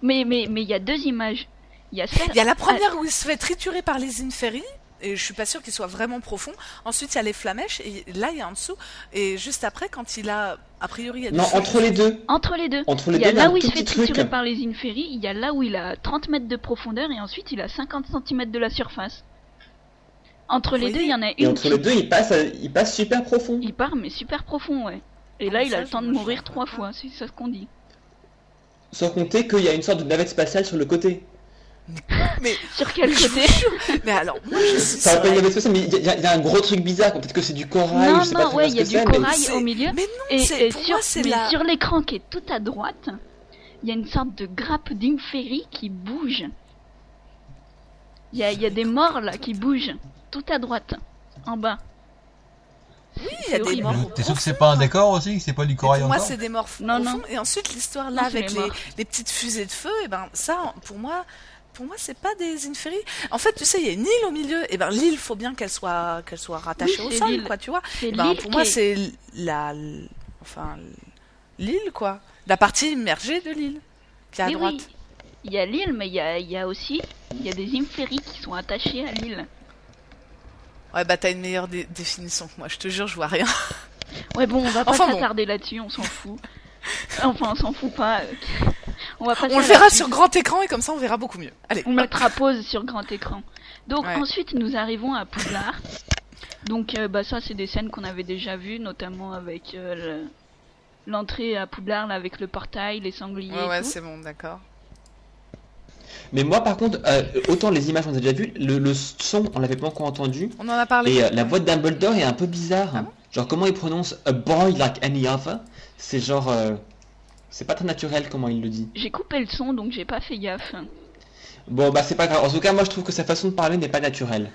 S4: Mais mais mais il y a deux images. Il y a celle.
S3: Il y a la première où il se fait triturer par les inféries. Et je suis pas sûre qu'il soit vraiment profond. Ensuite, il y a les flamèches. Et là, il y a en dessous. Et juste après, quand il a. A priori, il y a des
S7: Non,
S3: feux.
S7: entre les deux.
S4: Entre les deux.
S7: Entre les
S4: Il y a
S7: deux, il y a
S4: là
S7: un
S4: où il
S7: tout
S4: se fait
S7: petit truc.
S4: triturer par les inféries, il y a là où il a 30 mètres de profondeur et ensuite il a 50 cm de la surface. Entre les
S3: Oui.
S4: deux, il y en a
S7: Et
S4: une
S7: entre les
S4: qui
S7: deux, il passe, à- il passe super profond.
S4: Il part, mais super profond, ouais. Et
S3: Ah,
S4: là,
S3: mais
S4: il
S3: ça,
S4: a le
S3: je
S4: temps de
S3: me
S4: mourir
S3: souviens
S4: trois
S3: pas.
S4: fois, c'est ça ce qu'on dit.
S7: Sans compter qu'il y a une sorte de navette spatiale sur le côté.
S3: Mais,
S4: Sur quel
S3: Je
S4: côté
S3: mais alors, moi, je suis sur
S7: Ça va pas
S3: la-
S7: une navette spatiale, mais il y, a- il y a- il y a un gros truc bizarre. quoi. Peut-être que c'est du corail,
S4: Non,
S7: je sais pas
S4: non,
S7: très
S4: ouais, il y
S7: bien
S4: a
S7: ce
S4: du
S7: que c'est. mais-
S4: corail
S3: c'est-
S4: au milieu.
S3: Mais
S4: Et,
S3: non, c'est-
S4: et
S3: pour
S4: sur,
S3: moi, c'est
S4: mais
S3: la.
S4: sur l'écran qui est tout à droite, il y a une sorte de grappe d'inférie qui bouge. Il y a, il y a des morts là qui bougent, tout à droite, en bas.
S3: Oui, il y a des
S4: horrible.
S3: morts.
S2: Mais T'es sûr que
S3: profonds.
S2: c'est pas un décor aussi, que c'est pas du
S3: Et
S2: corail
S3: Pour moi,
S2: encore
S3: c'est des morts
S4: Non, non.
S3: profonds. Et ensuite, l'histoire là,
S4: Non, c'est
S3: avec
S4: les
S3: les,
S4: morts.
S3: les petites fusées de feu, et ben, ça, pour moi. Pour moi, c'est pas des inféries. En fait, tu sais, il y a une île au milieu. Et ben, l'île, faut bien qu'elle soit, qu'elle soit rattachée
S4: Oui,
S3: au
S4: c'est
S3: sol,
S4: l'île.
S3: quoi, tu vois.
S4: C'est
S3: Eh ben,
S4: l'île
S3: pour
S4: qui
S3: moi,
S4: est-
S3: c'est l- la, l- enfin, l- l'île, quoi. La partie immergée de l'île, qui est à
S4: Mais
S3: droite.
S4: oui, il y a l'île, mais il y a, il y a aussi il y a des inféries qui sont attachées à l'île.
S3: Ouais, bah, t'as une meilleure dé- définition que moi. Je te jure, je vois rien.
S4: Ah, Ouais, bon, on va pas
S3: Enfin, bon.
S4: s'attarder là-dessus, on s'en fout. Enfin, on s'en fout pas. euh, On va passer
S3: On le
S4: à
S3: verra
S4: la
S3: sur
S4: suite.
S3: grand écran et comme ça, on verra beaucoup mieux. Allez.
S4: On mettra pause sur grand écran. Donc
S3: Ouais.
S4: ensuite nous arrivons à Poudlard. Donc euh, bah ça c'est des scènes qu'on avait déjà vues, notamment avec euh, le- l'entrée à Poudlard là, avec le portail, les sangliers.
S3: Ouais,
S4: et
S3: ouais,
S4: tout.
S3: c'est bon, d'accord.
S7: Mais moi, par contre, euh, autant les images on les a déjà vues, le, le son on l'avait pas encore entendu.
S3: On en a
S4: Ah
S3: parlé.
S7: Et euh, la voix de Dumbledore est un peu bizarre.
S3: Ah bon
S7: genre, comment il prononce a boy like any other C'est genre. euh, c'est pas très naturel comment il le dit.
S4: J'ai coupé le son donc j'ai pas fait gaffe.
S7: Bon, bah c'est pas grave. En tout cas, moi je trouve que sa façon de parler n'est pas naturelle.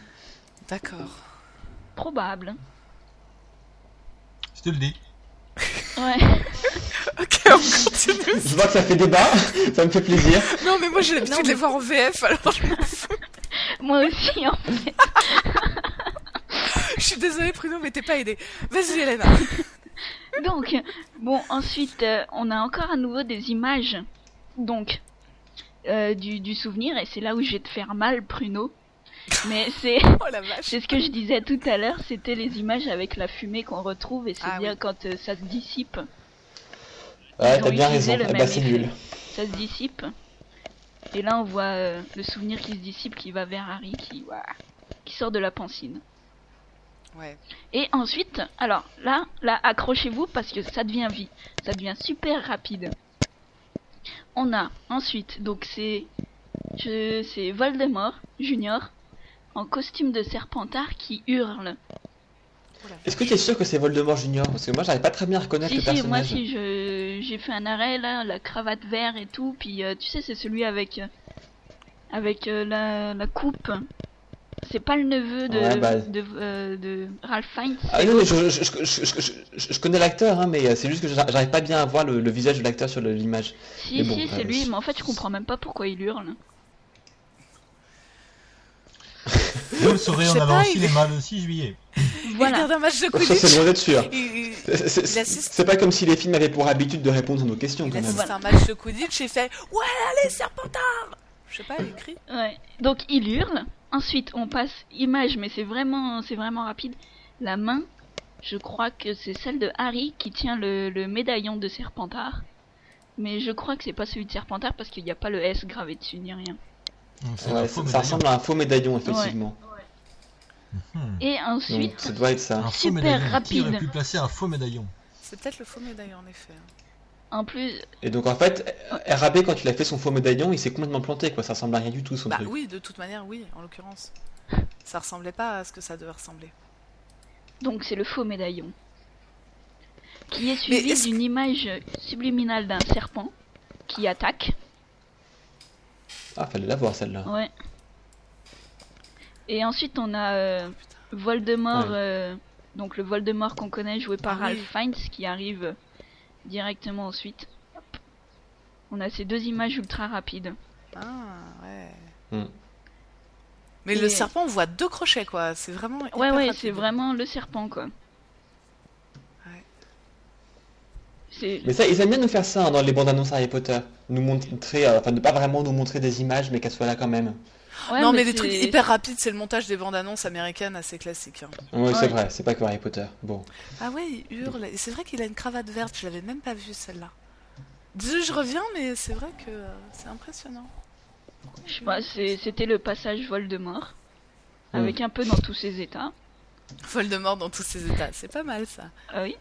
S3: D'accord.
S4: Probable.
S2: Je te le dis.
S4: Ouais.
S3: Ok, on continue.
S7: Je vois que ça fait débat, ça me fait plaisir.
S3: Non, mais moi j'ai l'habitude
S4: Non,
S3: de les voir en VF, alors je,
S4: Moi aussi, hein.
S3: je suis désolée, Bruno, mais t'es pas aidé. Vas-y, Elena.
S4: Donc, bon, ensuite, euh, on a encore à nouveau des images, donc, euh, du, du souvenir, et c'est là où je vais te faire mal, Pruno. Mais c'est
S3: Oh la vache.
S4: c'est ce que je disais tout à l'heure, c'était les images avec la fumée qu'on retrouve, et c'est
S3: Ah
S4: bien
S3: oui.
S4: quand euh, ça se dissipe.
S7: Ah Ouais,
S4: Ils
S7: t'as
S4: ont
S7: bien
S4: utilisé
S7: raison.
S4: le
S7: Eh bah,
S4: même
S7: c'est
S4: effet.
S7: nul.
S4: Ça se dissipe, et là on voit euh, le souvenir qui se dissipe, qui va vers Harry, qui, ouah, qui sort de la pancine.
S3: Ouais.
S4: Et ensuite, alors là, là, accrochez-vous parce que ça devient vite, ça devient super rapide. On a ensuite, donc c'est, je, c'est Voldemort Junior en costume de Serpentard qui hurle.
S7: Est-ce que t'es sûr que c'est Voldemort Junior Parce que moi, j'arrive pas très bien à reconnaître
S4: Si
S7: le
S4: si, moi
S7: personnage.
S4: si je, j'ai fait un arrêt là, la cravate vert et tout, puis euh, tu sais c'est celui avec, euh, avec euh, la, la coupe. C'est pas le neveu de,
S7: Ouais, bah-
S4: de, euh, de Ralph Fiennes.
S7: Ah non, mais je, je, je, je, je, je- je connais l'acteur, hein, mais euh, c'est juste que j'ar- j'arrive pas bien à voir le, le visage de l'acteur sur le- l'image.
S4: Si
S7: Mais bon,
S4: si, c'est
S7: euh,
S4: lui,
S7: c'est-
S4: mais en fait je comprends même pas pourquoi il hurle.
S2: Vous le saurez
S3: Je
S2: en
S3: sais
S2: allant
S3: pas,
S2: au
S3: il-
S2: cinéma le 6 juillet.
S3: Il
S4: Voilà.
S3: regarde un match de
S7: Ça, c'est
S3: Quidditch.
S7: loin d'être sûr.
S3: Il- il-
S7: C'est- c'est-
S3: Il assiste.
S7: C'est pas comme si les films avaient pour habitude de répondre à nos questions,
S3: Il
S7: quand même.
S3: assiste à un match de Quidditch et fait Ouais, allez, Serpentard Je sais pas, il crie.
S4: Ouais. Donc il hurle. Ensuite, on passe image, mais c'est vraiment, c'est vraiment rapide. La main, je crois que c'est celle de Harry qui tient le, le médaillon de Serpentard. Mais je crois que c'est pas celui de Serpentard parce qu'il n'y a pas le S gravé dessus ni rien.
S2: Donc, c'est
S7: Ouais,
S2: un
S7: ça-
S2: faux
S7: ça
S2: médaillon.
S7: ressemble à un faux médaillon, effectivement.
S2: Hmm.
S4: Et
S7: Donc,
S4: ensuite,
S7: ça doit être ça.
S2: Un faux
S4: Super
S2: médaillon. Qui aurait
S4: rapide.
S2: pu placer un faux médaillon
S3: C'est peut-être le faux médaille en effet. hein.
S4: en plus,
S7: Et donc, en fait, RAB, quand il a fait son faux médaillon, il s'est complètement planté, quoi. Ça ressemble à rien du tout, son
S3: Bah
S7: truc.
S3: oui, de toute manière, oui, en l'occurrence. Ça ressemblait pas à ce que ça devait ressembler.
S4: donc c'est le faux médaillon. Qui est
S3: Mais
S4: suivi
S3: est-ce
S4: d'une image subliminale d'un serpent qui attaque.
S7: Ah, fallait la voir, celle-là.
S4: Ouais. Et ensuite, on a euh, Voldemort,
S7: Ouais.
S4: euh, donc le Voldemort qu'on connaît joué par
S3: Ah oui.
S4: Ralph Fiennes qui arrive directement ensuite. Hop. On a ces deux images ultra rapides.
S3: Ah, ouais.
S7: Hmm.
S3: Mais
S4: Et-
S3: le serpent, on voit deux crochets, quoi. C'est vraiment.
S4: Ouais,
S3: hyper
S4: ouais,
S3: rapide.
S4: c'est vraiment le serpent quoi.
S3: Ouais.
S4: C'est
S7: Mais ça, ils aiment bien nous faire ça hein, dans les bandes annonces Harry Potter. Nous montrer, euh, enfin, ne pas vraiment nous montrer des images, mais qu'elles soient là quand même.
S4: ouais,
S3: non, mais, des
S4: c'est-
S3: trucs hyper rapides, c'est le montage des bandes annonces américaines assez classique. hein.
S7: Oui,
S4: Ouais.
S7: c'est vrai, c'est pas que Harry Potter. Bon.
S3: Ah ouais, il hurle. Et c'est vrai qu'il a une cravate verte, je l'avais même pas vue celle-là. Dis, Je reviens, mais c'est vrai que euh, c'est impressionnant.
S4: je sais pas, c'est- c'était le passage Voldemort
S7: Mm.
S4: avec un peu dans tous ses états.
S3: Voldemort dans tous ses états, c'est pas mal ça.
S4: Ah oui.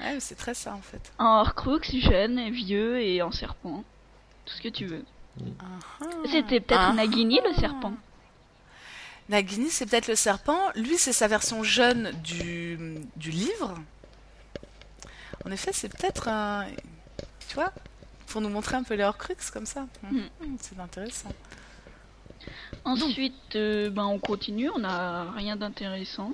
S3: Ouais, c'est très ça en fait.
S4: En Horcrux, jeune, et vieux et en serpent. Tout ce que tu veux.
S3: Ah,
S4: C'était peut-être
S3: Ah.
S4: Nagini le serpent.
S3: Nagini, c'est peut-être le serpent. Lui, c'est sa version jeune du, du livre. En effet, c'est peut-être un. Tu vois Pour nous montrer un peu les Horcrux comme ça.
S4: Mm.
S3: Mm, C'est intéressant.
S4: Ensuite, euh, ben, on continue, on n'a rien d'intéressant.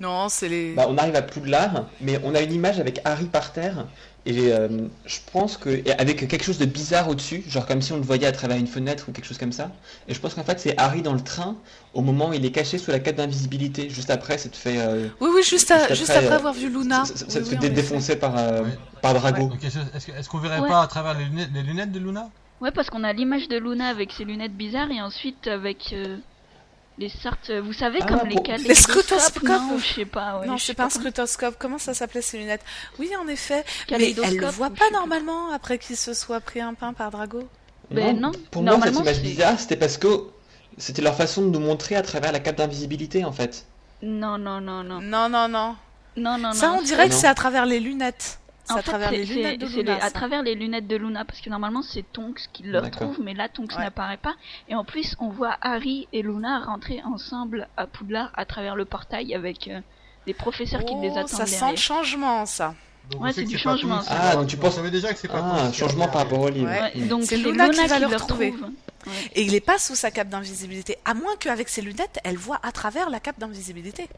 S3: Non, c'est les.
S7: Bah, on arrive à Poudlard, mais on a une image avec Harry par terre, et euh, je pense que. et avec quelque chose de bizarre au-dessus, genre comme si on le voyait à travers une fenêtre ou quelque chose comme ça. Et je pense qu'en fait, c'est Harry dans le train, au moment où il est caché sous la cape d'invisibilité, juste après, c'est fait. euh,
S3: Oui, oui, juste, à-
S7: Juste après,
S3: juste après
S7: euh,
S3: avoir vu Luna.
S7: c'est- c'est-
S3: Oui,
S7: c'est
S3: oui, en
S7: dé-
S3: effet.
S7: défoncé par, euh,
S2: Ouais.
S7: par Drago.
S2: Donc, est-ce est-ce que- est-ce qu'on verrait
S4: Ouais.
S2: pas à travers les lunettes, les lunettes de Luna
S4: Ouais, parce qu'on a l'image de Luna avec ses lunettes bizarres et ensuite avec euh, les sartes, vous savez,
S7: Ah,
S4: comme
S7: pour-
S4: lesquelles
S3: Les
S4: les kaléidoscopes,
S3: scrotoscopes.
S4: non, je sais pas. ouais,
S3: non,
S4: je
S3: c'est
S4: sais
S3: pas un
S4: comment-
S3: scrutoscope. Comment ça s'appelait ces lunettes Oui, en effet. Mais
S4: kaléidoscope,
S3: elle le voit
S4: ou je
S3: pas
S4: sais
S3: normalement après qu'il se soit pris un pain par Drago.
S4: Ben non,
S7: Pour moi, cette
S4: normalement,
S7: image
S4: c'est-
S7: bizarre, c'était parce que c'était leur façon de nous montrer à travers la cape d'invisibilité, en fait.
S4: Non, non, non, non,
S3: Non, non, non.
S4: non, non.
S3: ça,
S4: non,
S3: on dirait que
S7: non.
S3: c'est à travers les lunettes. C'est
S4: En
S3: à
S4: fait,
S3: travers
S4: c'est-
S3: les
S4: c'est-
S3: lunettes de
S4: c'est les-
S3: Luna.
S4: à
S3: ça.
S4: travers les lunettes de Luna, parce que normalement c'est Tonks qui le
S7: D'accord.
S4: retrouve, mais là Tonks
S3: Ouais.
S4: n'apparaît pas. Et en plus, on voit Harry et Luna rentrer ensemble à Poudlard à travers le portail avec euh, des professeurs qui les
S3: Oh,
S4: attendent
S3: ça sent
S4: derrière.
S3: le changement, ça.
S2: Donc,
S4: Ouais,
S2: on sait
S4: c'est
S2: que
S4: du
S2: pas
S4: changement,
S2: Tony,
S4: ça.
S2: c'est
S7: Ah,
S2: pas-
S7: donc tu penses-
S2: savait déjà que c'est pas
S7: Ah,
S2: Tony qui
S7: changement par
S2: regarde.
S7: rapport au livre.
S3: Ouais.
S7: Mm.
S4: Donc
S3: C'est
S4: c'est
S3: Luna
S4: Luna,
S3: qui va
S4: qui
S3: le
S4: le
S3: retrouver.
S4: retrouve.
S3: Et il est pas sous sa cape d'invisibilité, à moins qu'avec ses lunettes, elle voit à travers la cape d'invisibilité.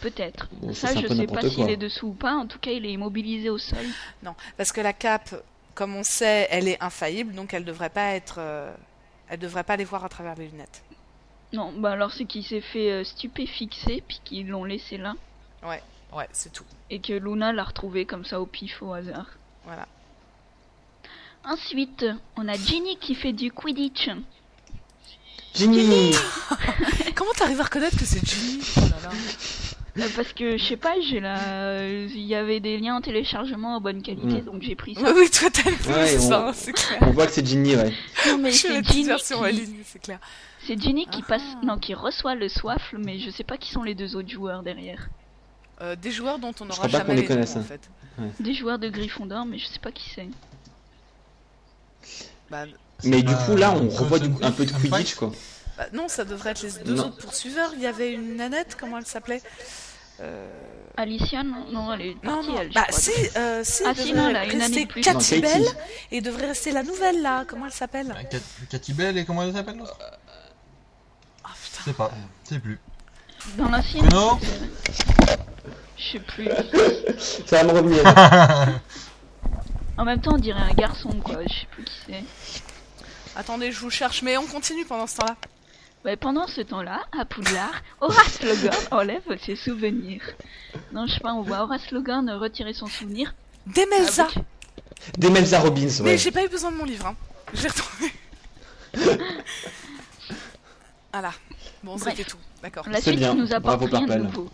S4: Peut-être.
S7: Bon,
S4: Ça,
S7: ça, c'est un
S4: je
S7: peu
S4: sais
S7: n'importe
S4: pas s'il
S7: quoi.
S4: est dessous ou pas. En tout cas, il est immobilisé au sol.
S3: Non, parce que la cape comme on sait, elle est infaillible, donc elle devrait pas être, euh, elle devrait pas les voir à travers les lunettes.
S4: Non, bah alors c'est qu'il s'est fait euh, stupéfixer, puis qu'ils l'ont laissé là,
S3: Ouais, c'est tout.
S4: et que Luna l'a retrouvé comme ça au pif au hasard.
S3: Voilà.
S4: Ensuite, on a Ginny qui fait du Quidditch. Euh,
S7: Ginny
S3: Comment t'arrives à reconnaître que c'est Ginny Oh là là.
S4: Euh, Parce que, je sais pas, j'ai la... euh, il y avait des liens en téléchargement en bonne qualité,
S7: Mm.
S4: donc j'ai pris ça.
S3: Oui, oui, toi t'as vu
S7: Ouais,
S3: ça,
S7: on-
S3: hein, c'est clair.
S7: On voit que c'est Ginny, ouais.
S4: Non, mais
S3: Je suis la
S4: c'est
S3: petite
S4: Ginny,
S3: version en
S4: qui...
S3: ligne, c'est clair.
S4: c'est Ginny qui
S3: Ah.
S4: passe, non, qui reçoit le soifle, mais je sais pas qui sont les deux autres joueurs derrière.
S3: Euh, des joueurs dont on n'aura
S7: crois pas qu'on
S3: jamais les
S7: les
S3: noms,
S7: connaisse,
S3: en
S7: hein.
S3: fait.
S4: Des joueurs de Gryffondor, mais je sais pas qui c'est.
S3: Bah,
S7: Mais du
S2: pas-
S7: coup, là, on
S2: euh,
S7: revoit
S2: ce-
S7: du- un peu de
S2: un fight
S7: Quidditch, quoi.
S3: bah non, ça devrait être les deux
S7: Non.
S3: autres poursuiveurs. Il y avait une nanette, comment elle s'appelait Euh,
S4: Alicia, non, non, elle est
S3: Non,
S4: partie,
S3: non,
S4: elle, je
S3: bah
S4: crois.
S3: si, euh, si,
S4: Ah,
S3: devrait
S4: si, non, elle a une année
S3: rester
S4: de plus.
S7: Non,
S3: Cathy
S7: Katie.
S3: Bell et devrait rester la nouvelle là, comment elle s'appelle
S2: Bah, Cat- Cathy Bell et comment elle s'appelle l'autre
S3: Ah putain,
S2: Je sais pas, je sais plus.
S4: Dans la sienne,
S2: Bruno
S4: je sais plus.
S7: Ça va me revenir.
S4: En même temps, on dirait un garçon, quoi, je sais plus qui c'est.
S3: attendez, je vous cherche, mais on continue pendant ce temps-là.
S4: Bah, pendant ce temps-là, à Poudlard, Horace Logan enlève ses souvenirs. Non, je sais pas, on voit Horace Logan retirer son souvenir.
S3: Demelza
S4: Ah, oui.
S7: Des Melza Robbins,
S3: Mais
S7: ouais.
S3: j'ai pas eu besoin de mon livre, hein. Je l'ai retrouvé. voilà. Bon,
S4: Bref.
S3: c'était tout. D'accord.
S4: La
S7: C'est
S4: suite
S7: bien.
S4: nous apporte
S7: Bravo,
S4: rien de
S7: Purple.
S4: nouveau.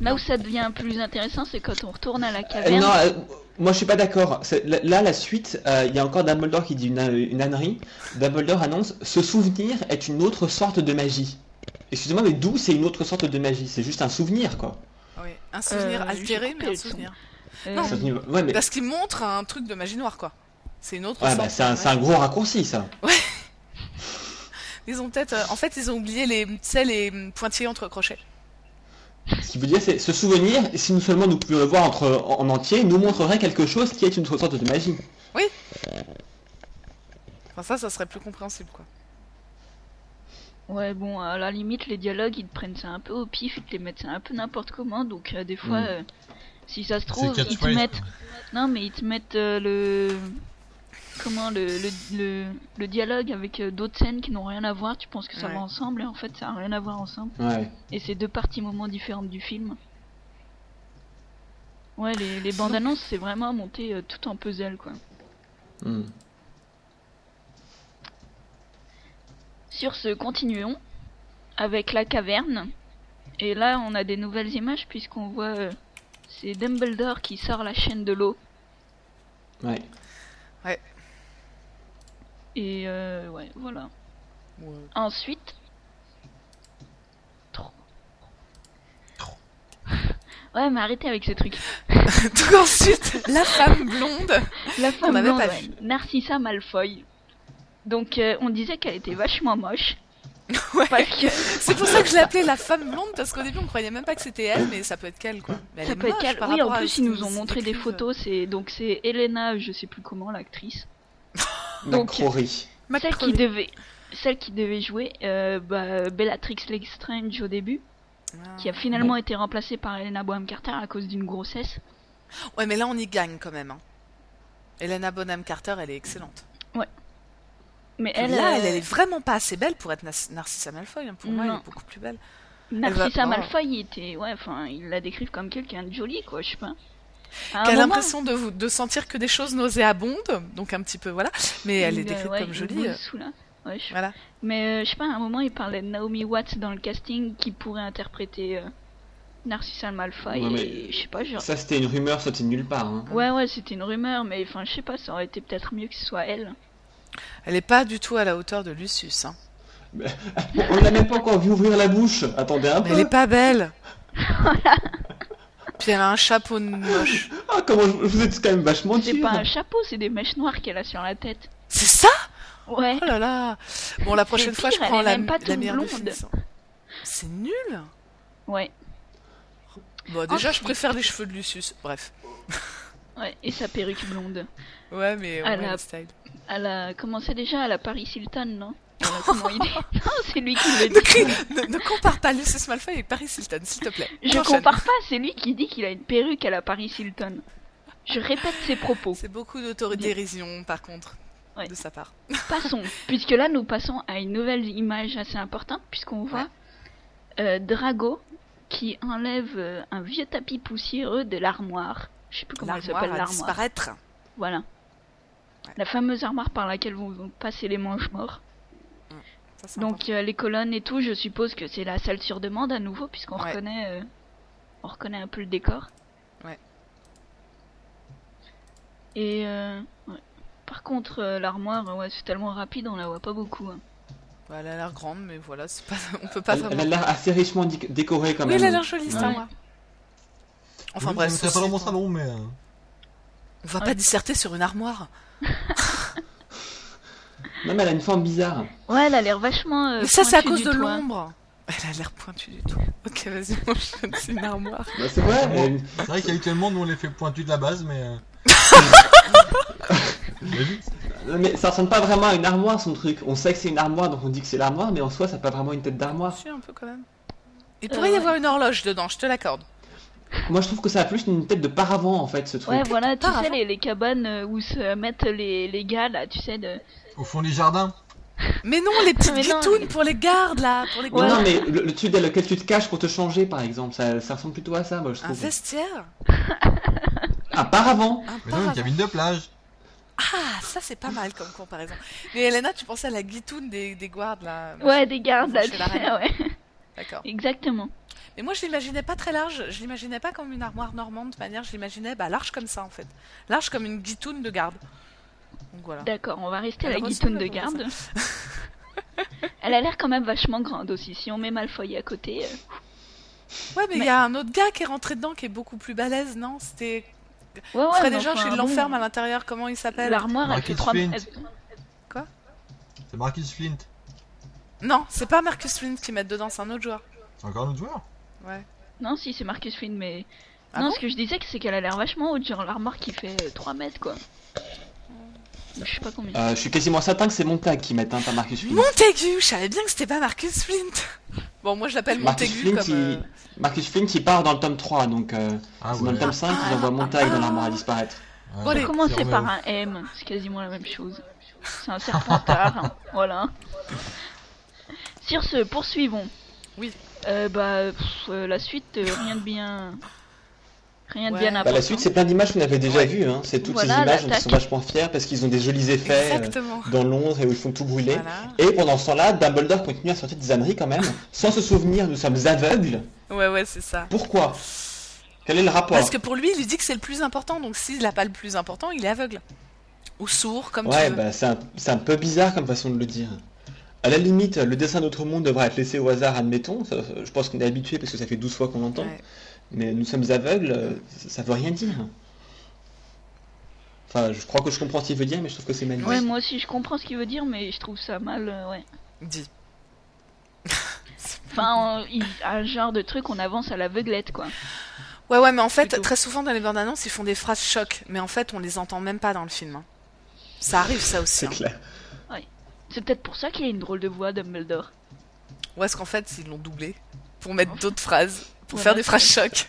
S4: Là où ça devient plus intéressant, c'est quand on retourne à la
S7: Euh,
S4: caverne.
S7: non, euh, moi je suis pas d'accord. C'est- Là, là, la suite, euh, il y a encore Dumbledore qui dit une, euh, une ânerie. Dumbledore annonce Ce souvenir est une autre sorte de magie. Excusez-moi, mais d'où c'est une autre sorte de magie C'est juste un souvenir, quoi.
S3: Ah Oui. Un souvenir
S4: Euh,
S3: altéré, mais
S4: j'ai
S3: un
S4: coupé le
S3: souvenir.
S4: Euh,
S3: non.
S7: C'est un souvenir- Ouais, mais.
S3: Parce qu'il montre un truc de magie noire, quoi. C'est une autre
S7: Ouais,
S3: sorte
S7: bah, c'est
S3: de
S7: un, c'est un
S3: magie.
S7: gros raccourci, ça.
S3: Ils ont peut-être. euh, en fait, ils ont oublié les, tu sais, les mm, pointillés entre crochets.
S7: Ce qui veut dire, c'est ce souvenir, si nous seulement nous pouvions le voir entre, en, en entier, nous montrerait quelque chose qui est une autre sorte de magie.
S3: Enfin, ça, ça serait plus compréhensible, quoi.
S4: Ouais, bon, à la limite, les dialogues, ils te prennent ça un peu au pif, ils te les mettent ça un peu n'importe comment, donc euh, des fois,
S7: Mm.
S4: euh, si ça se
S2: C'est
S4: trouve, ils te
S2: catchphrase.
S4: mettent... Non, mais ils te mettent euh, le... Comment le, le, le, le dialogue avec euh, d'autres scènes qui n'ont rien à voir, tu penses que ça
S3: Ouais.
S4: va ensemble, et en fait, ça n'a rien à voir ensemble.
S7: Ouais.
S4: Et c'est deux parties moments différentes du film. Ouais, les, les bandes annonces, c'est vraiment monté euh, tout en puzzle, quoi.
S7: Hmm.
S4: Sur ce, continuons avec la caverne. Et là, on a des nouvelles images puisqu'on voit euh, c'est Dumbledore qui sort la chaîne de l'eau.
S7: Ouais.
S4: Et euh, ouais, voilà. Ensuite, Trop.
S2: Trop.
S4: Ouais, mais arrêtez avec ce truc.
S3: Donc ensuite, la femme blonde.
S4: La femme
S3: n'avait
S4: blonde,
S3: pas
S4: ouais,
S3: vu.
S4: Narcissa Malfoy. Donc euh, on disait qu'elle était vachement moche
S3: Ouais.
S4: parce que
S3: C'est pour ça que je l'ai appelée la femme blonde parce qu'au début on croyait même pas que c'était elle, mais ça peut être qu'elle quoi. Mais elle
S4: Ça
S3: est
S4: peut être
S3: moche
S4: calme.
S3: par
S4: Oui, en
S3: rapport à ce euh,
S4: plus, ils nous
S3: qu'ils
S4: ont montré des
S3: décrivent.
S4: photos. C'est donc c'est Elena, je sais plus comment, l'actrice, Donc-
S7: Macrory.
S4: celle qui
S3: Macrolé.
S4: devait, celle qui devait jouer euh, bah, Bellatrix Lestrange au début,
S3: Ah.
S4: qui a finalement été remplacée par Elena Bonham Carter à cause d'une grossesse.
S3: Ouais, mais là on y gagne quand même. hein. Helena Bonham Carter, elle est excellente.
S4: Mais
S3: Elle,
S4: elle,
S3: là,
S4: euh,
S3: elle, elle est vraiment pas assez belle pour être Nas- Narcissa Malfoy. hein. Pour moi, elle
S4: Non.
S3: est beaucoup plus belle.
S4: Narcissa
S3: elle va- oh.
S4: Malfoy il était, ouais, enfin, ils la décrivent comme quelqu'un de joli, quoi, je sais pas. À un
S3: Qui a
S4: moment,
S3: l'impression de, vous- de sentir que des choses nauséabondes, donc un petit peu voilà. Mais elle est
S4: il, euh,
S3: décrite
S4: ouais,
S3: comme
S4: il
S3: jolie.
S4: boule
S3: euh,
S4: sous la- ouais, je-
S3: Voilà.
S4: Mais euh, je sais pas, à un moment, il parlait de Naomi Watts dans le casting qui pourrait interpréter euh, Narcissa Malfoy.
S7: Ouais, mais-
S4: et je sais pas, genre.
S7: Ça, c'était une rumeur sortie de nulle part. hein.
S4: Ouais, ouais, c'était une rumeur, mais enfin, je sais pas, ça aurait été peut-être mieux que ce soit elle.
S3: Elle est pas du tout à la hauteur de Lucius. hein.
S7: On l'a même pas encore vu ouvrir la bouche. Attendez un
S4: Oh.
S3: Mais elle est
S7: peu.
S3: pas belle. Puis elle a un chapeau de moche.
S7: Ah, comment je, je vous êtes quand même vachement
S4: C'est
S7: dur.
S4: pas un chapeau, c'est des mèches noires qu'elle a sur la tête.
S3: C'est ça
S4: Ouais.
S3: Oh là là Bon, la prochaine
S4: C'est
S3: fois,
S4: pire,
S3: je prends
S4: Eh. elle est
S3: la,
S4: même pas
S3: la
S4: toute
S3: meilleure
S4: blonde.
S3: définition. hein. C'est nul
S4: Ouais.
S3: Bon, déjà, je
S4: Ensuite.
S3: préfère les cheveux de Lucius. Bref.
S4: Ouais, et sa perruque blonde.
S3: Ouais, mais
S4: Ah,
S3: ouais,
S4: la-
S3: le style.
S4: Elle a commencé déjà à la Paris Hilton, non Voilà comment il est. Non, c'est lui qui le
S3: Ne,
S4: dit.
S3: crie- ne- ne compare pas Lucius Malfoy avec Paris Hilton, s'il te plaît.
S4: Je
S3: Enchaîne.
S4: compare pas, c'est lui qui dit qu'il a une perruque à la Paris Hilton. Je répète ses propos.
S3: C'est beaucoup d'autodérision, par contre,
S4: Ouais.
S3: de sa part.
S4: Passons, puisque là nous passons à une nouvelle image assez importante, puisqu'on voit euh, Drago qui enlève euh, un vieux tapis poussiéreux de l'armoire. Je sais plus comment il s'appelle
S3: L'armoire à
S4: l'armoire.
S3: disparaître.
S4: Voilà.
S3: Ouais.
S4: La fameuse armoire par laquelle vont vont passer les manches morts.
S3: Ça, c'est important.
S4: Donc euh, les colonnes et tout, je suppose que c'est la salle sur demande à nouveau, puisqu'on
S3: Ouais.
S4: reconnaît, euh, on reconnaît un peu le décor.
S3: Ouais.
S4: Et euh, ouais. par contre, euh, l'armoire, ouais, c'est tellement rapide, on la voit pas beaucoup. hein.
S3: Bah, elle a l'air grande, mais voilà, c'est pas... on peut pas
S7: Elle, elle
S3: vraiment.
S7: a l'air assez richement dic- décorée quand
S3: Oui,
S7: même.
S3: elle a l'air jolie, cette
S7: Ouais.
S3: armoire. Enfin
S2: Oui,
S3: bref,
S2: ça serait
S3: ceci
S2: pas dans mon
S3: étant-
S2: salon, mais. euh,
S3: on va pas disserter sur une armoire.
S7: Non, mais elle a une forme bizarre.
S4: Ouais, elle a l'air vachement. euh,
S3: mais ça, c'est à
S4: pointue
S3: cause
S4: du
S3: de
S4: toit.
S3: l'ombre. Elle a l'air pointue du tout. Ok, vas-y, on jette, c'est une armoire.
S7: Bah, c'est vrai.
S2: Ouais.
S7: elle-
S2: C'est vrai qu'il y a eu tellement, nous on les fait pointus de la base, mais. euh, Mais oui,
S7: Non, mais ça ressemble pas vraiment à une armoire son truc. On sait que c'est une armoire donc on dit que c'est l'armoire, mais en soi ça n'a pas vraiment une tête d'armoire.
S3: Suis un peu quand même. Il
S4: Euh,
S3: pourrait y
S4: ouais.
S3: avoir une horloge dedans, je te l'accorde.
S7: Moi je trouve que ça a plus une tête de paravent en fait ce truc.
S4: Ouais, voilà, tu
S3: Par
S4: sais,
S3: avant.
S4: les, les cabanes euh, où se mettent les, les gars là, tu sais, de.
S2: au fond du jardin.
S3: Mais non, les petites
S4: Mais non.
S3: guitounes pour les gardes là, pour les
S7: Non,
S3: gardes.
S7: non, mais le, le truc dans lequel tu te caches pour te changer par exemple, ça, ça ressemble plutôt à ça moi je
S3: Un
S7: trouve.
S3: vestiaire
S7: Un paravent
S3: Un
S2: Mais non, une
S3: paravent.
S2: cabine de plage.
S3: Ah, ça c'est pas mal comme comparaison. Mais Elena, tu pensais à la guitoune des, des guards là.
S4: Ouais, des gardes là,
S3: Chez
S4: tu
S3: la
S4: sais,
S3: reine.
S4: ouais.
S3: D'accord.
S4: Exactement.
S3: Mais moi je l'imaginais pas très large. Je l'imaginais pas comme une armoire normande. De toute manière, je l'imaginais bah, large comme ça en fait. Large comme une guitoune de garde. Donc voilà.
S4: D'accord, on va rester à la
S3: Elle
S4: guitoune de
S3: ressemble à
S4: garde. Elle a l'air quand même vachement grande aussi. Si on met Malfoy à côté, euh,
S3: Ouais, mais il y a un autre gars qui est rentré dedans qui est beaucoup plus balèze, non C'était.
S4: ouais, ouais.
S3: Fred
S4: mais
S3: et George,
S4: enfin,
S3: il
S4: bon,
S3: l'enferme à l'intérieur. Comment il s'appelle
S4: L'armoire, elle fait
S2: Marcus
S4: 3
S2: Flint.
S4: mètres.
S2: C'est Marcus Flint.
S3: Non, c'est pas Marcus Flint qui met dedans, c'est un autre joueur.
S2: C'est encore un autre joueur
S3: Ouais.
S4: Non, si, c'est Marcus Flint, mais.
S3: Ah
S4: non,
S3: bon
S4: ce que je disais, c'est qu'elle a l'air vachement haute, genre l'armoire qui fait euh, 3 mètres, quoi. Je sais pas combien.
S7: Euh, je suis quasiment certain que c'est Montag qui met, hein, pas Marcus Flint.
S3: Montaigu, je savais bien que c'était pas Marcus Flint. Bon, moi je l'appelle
S7: Marcus
S3: Montaigu
S7: Flint,
S3: comme. euh,
S7: il... Marcus Flint il part dans le tome 3, donc euh,
S2: Ah
S7: c'est dans le tome 5 qu'ils envoient Montag dans
S3: ah.
S7: l'armoire à disparaître.
S2: Ouais,
S3: Bon, allez,
S2: bah,
S4: Commencer
S2: si on
S4: par
S2: met-
S4: un M, c'est quasiment la même chose. C'est un serpentard, hein, voilà. Sur ce, poursuivons.
S3: Oui.
S4: Euh, bah, pff, euh, la suite, euh, rien de bien. Rien de
S3: Ouais.
S4: bien
S3: Bah,
S7: Bah, la
S4: important.
S7: suite c'est plein d'images qu'on avait déjà
S3: Ouais.
S7: vues, hein. c'est toutes
S4: Voilà,
S7: ces images dont ils
S4: l'attaque.
S7: sont vachement fiers parce qu'ils ont des jolis effets euh,
S3: Exactement.
S7: dans Londres et où ils font tout brûler.
S3: Voilà.
S7: Et pendant ce temps-là, Dumbledore continue à sortir des âneries quand même, sans se souvenir, nous sommes aveugles.
S3: Ouais, ouais, c'est ça.
S7: Pourquoi Quel est le rapport
S3: Parce que pour lui, il lui dit que c'est le plus important, donc s'il n'a pas le plus important, il est aveugle. Ou sourd, comme
S7: Ouais,
S3: tu veux.
S7: bah c'est un, c'est un peu bizarre comme façon de le dire. À la limite, le dessin d'autre monde devra être laissé au hasard, admettons. Ça, ça, je pense qu'on est habitué parce que ça fait 12 fois qu'on l'entend.
S3: Ouais.
S7: Mais nous sommes aveugles, euh, ça, ça veut rien dire. Enfin, je crois que je comprends ce qu'il veut dire, mais je trouve que c'est magnifique.
S4: Ouais, moi aussi, je comprends ce qu'il veut dire, mais je trouve ça mal, euh, ouais.
S3: Dis.
S4: Enfin, on- il- un genre de truc, on avance à l'aveuglette, quoi.
S3: Ouais, ouais, mais en fait,
S4: Plutôt.
S3: très souvent dans les bandes annonces, ils font des phrases choc, mais en fait, on les entend même pas dans le film. hein. Ça arrive, ça aussi.
S7: c'est
S3: hein.
S7: clair.
S4: C'est peut-être pour ça qu'il a une drôle de voix, Dumbledore.
S3: Ou est-ce qu'en fait, ils l'ont doublé pour mettre d'autres phrases, pour
S4: Voilà.
S3: faire des phrases choc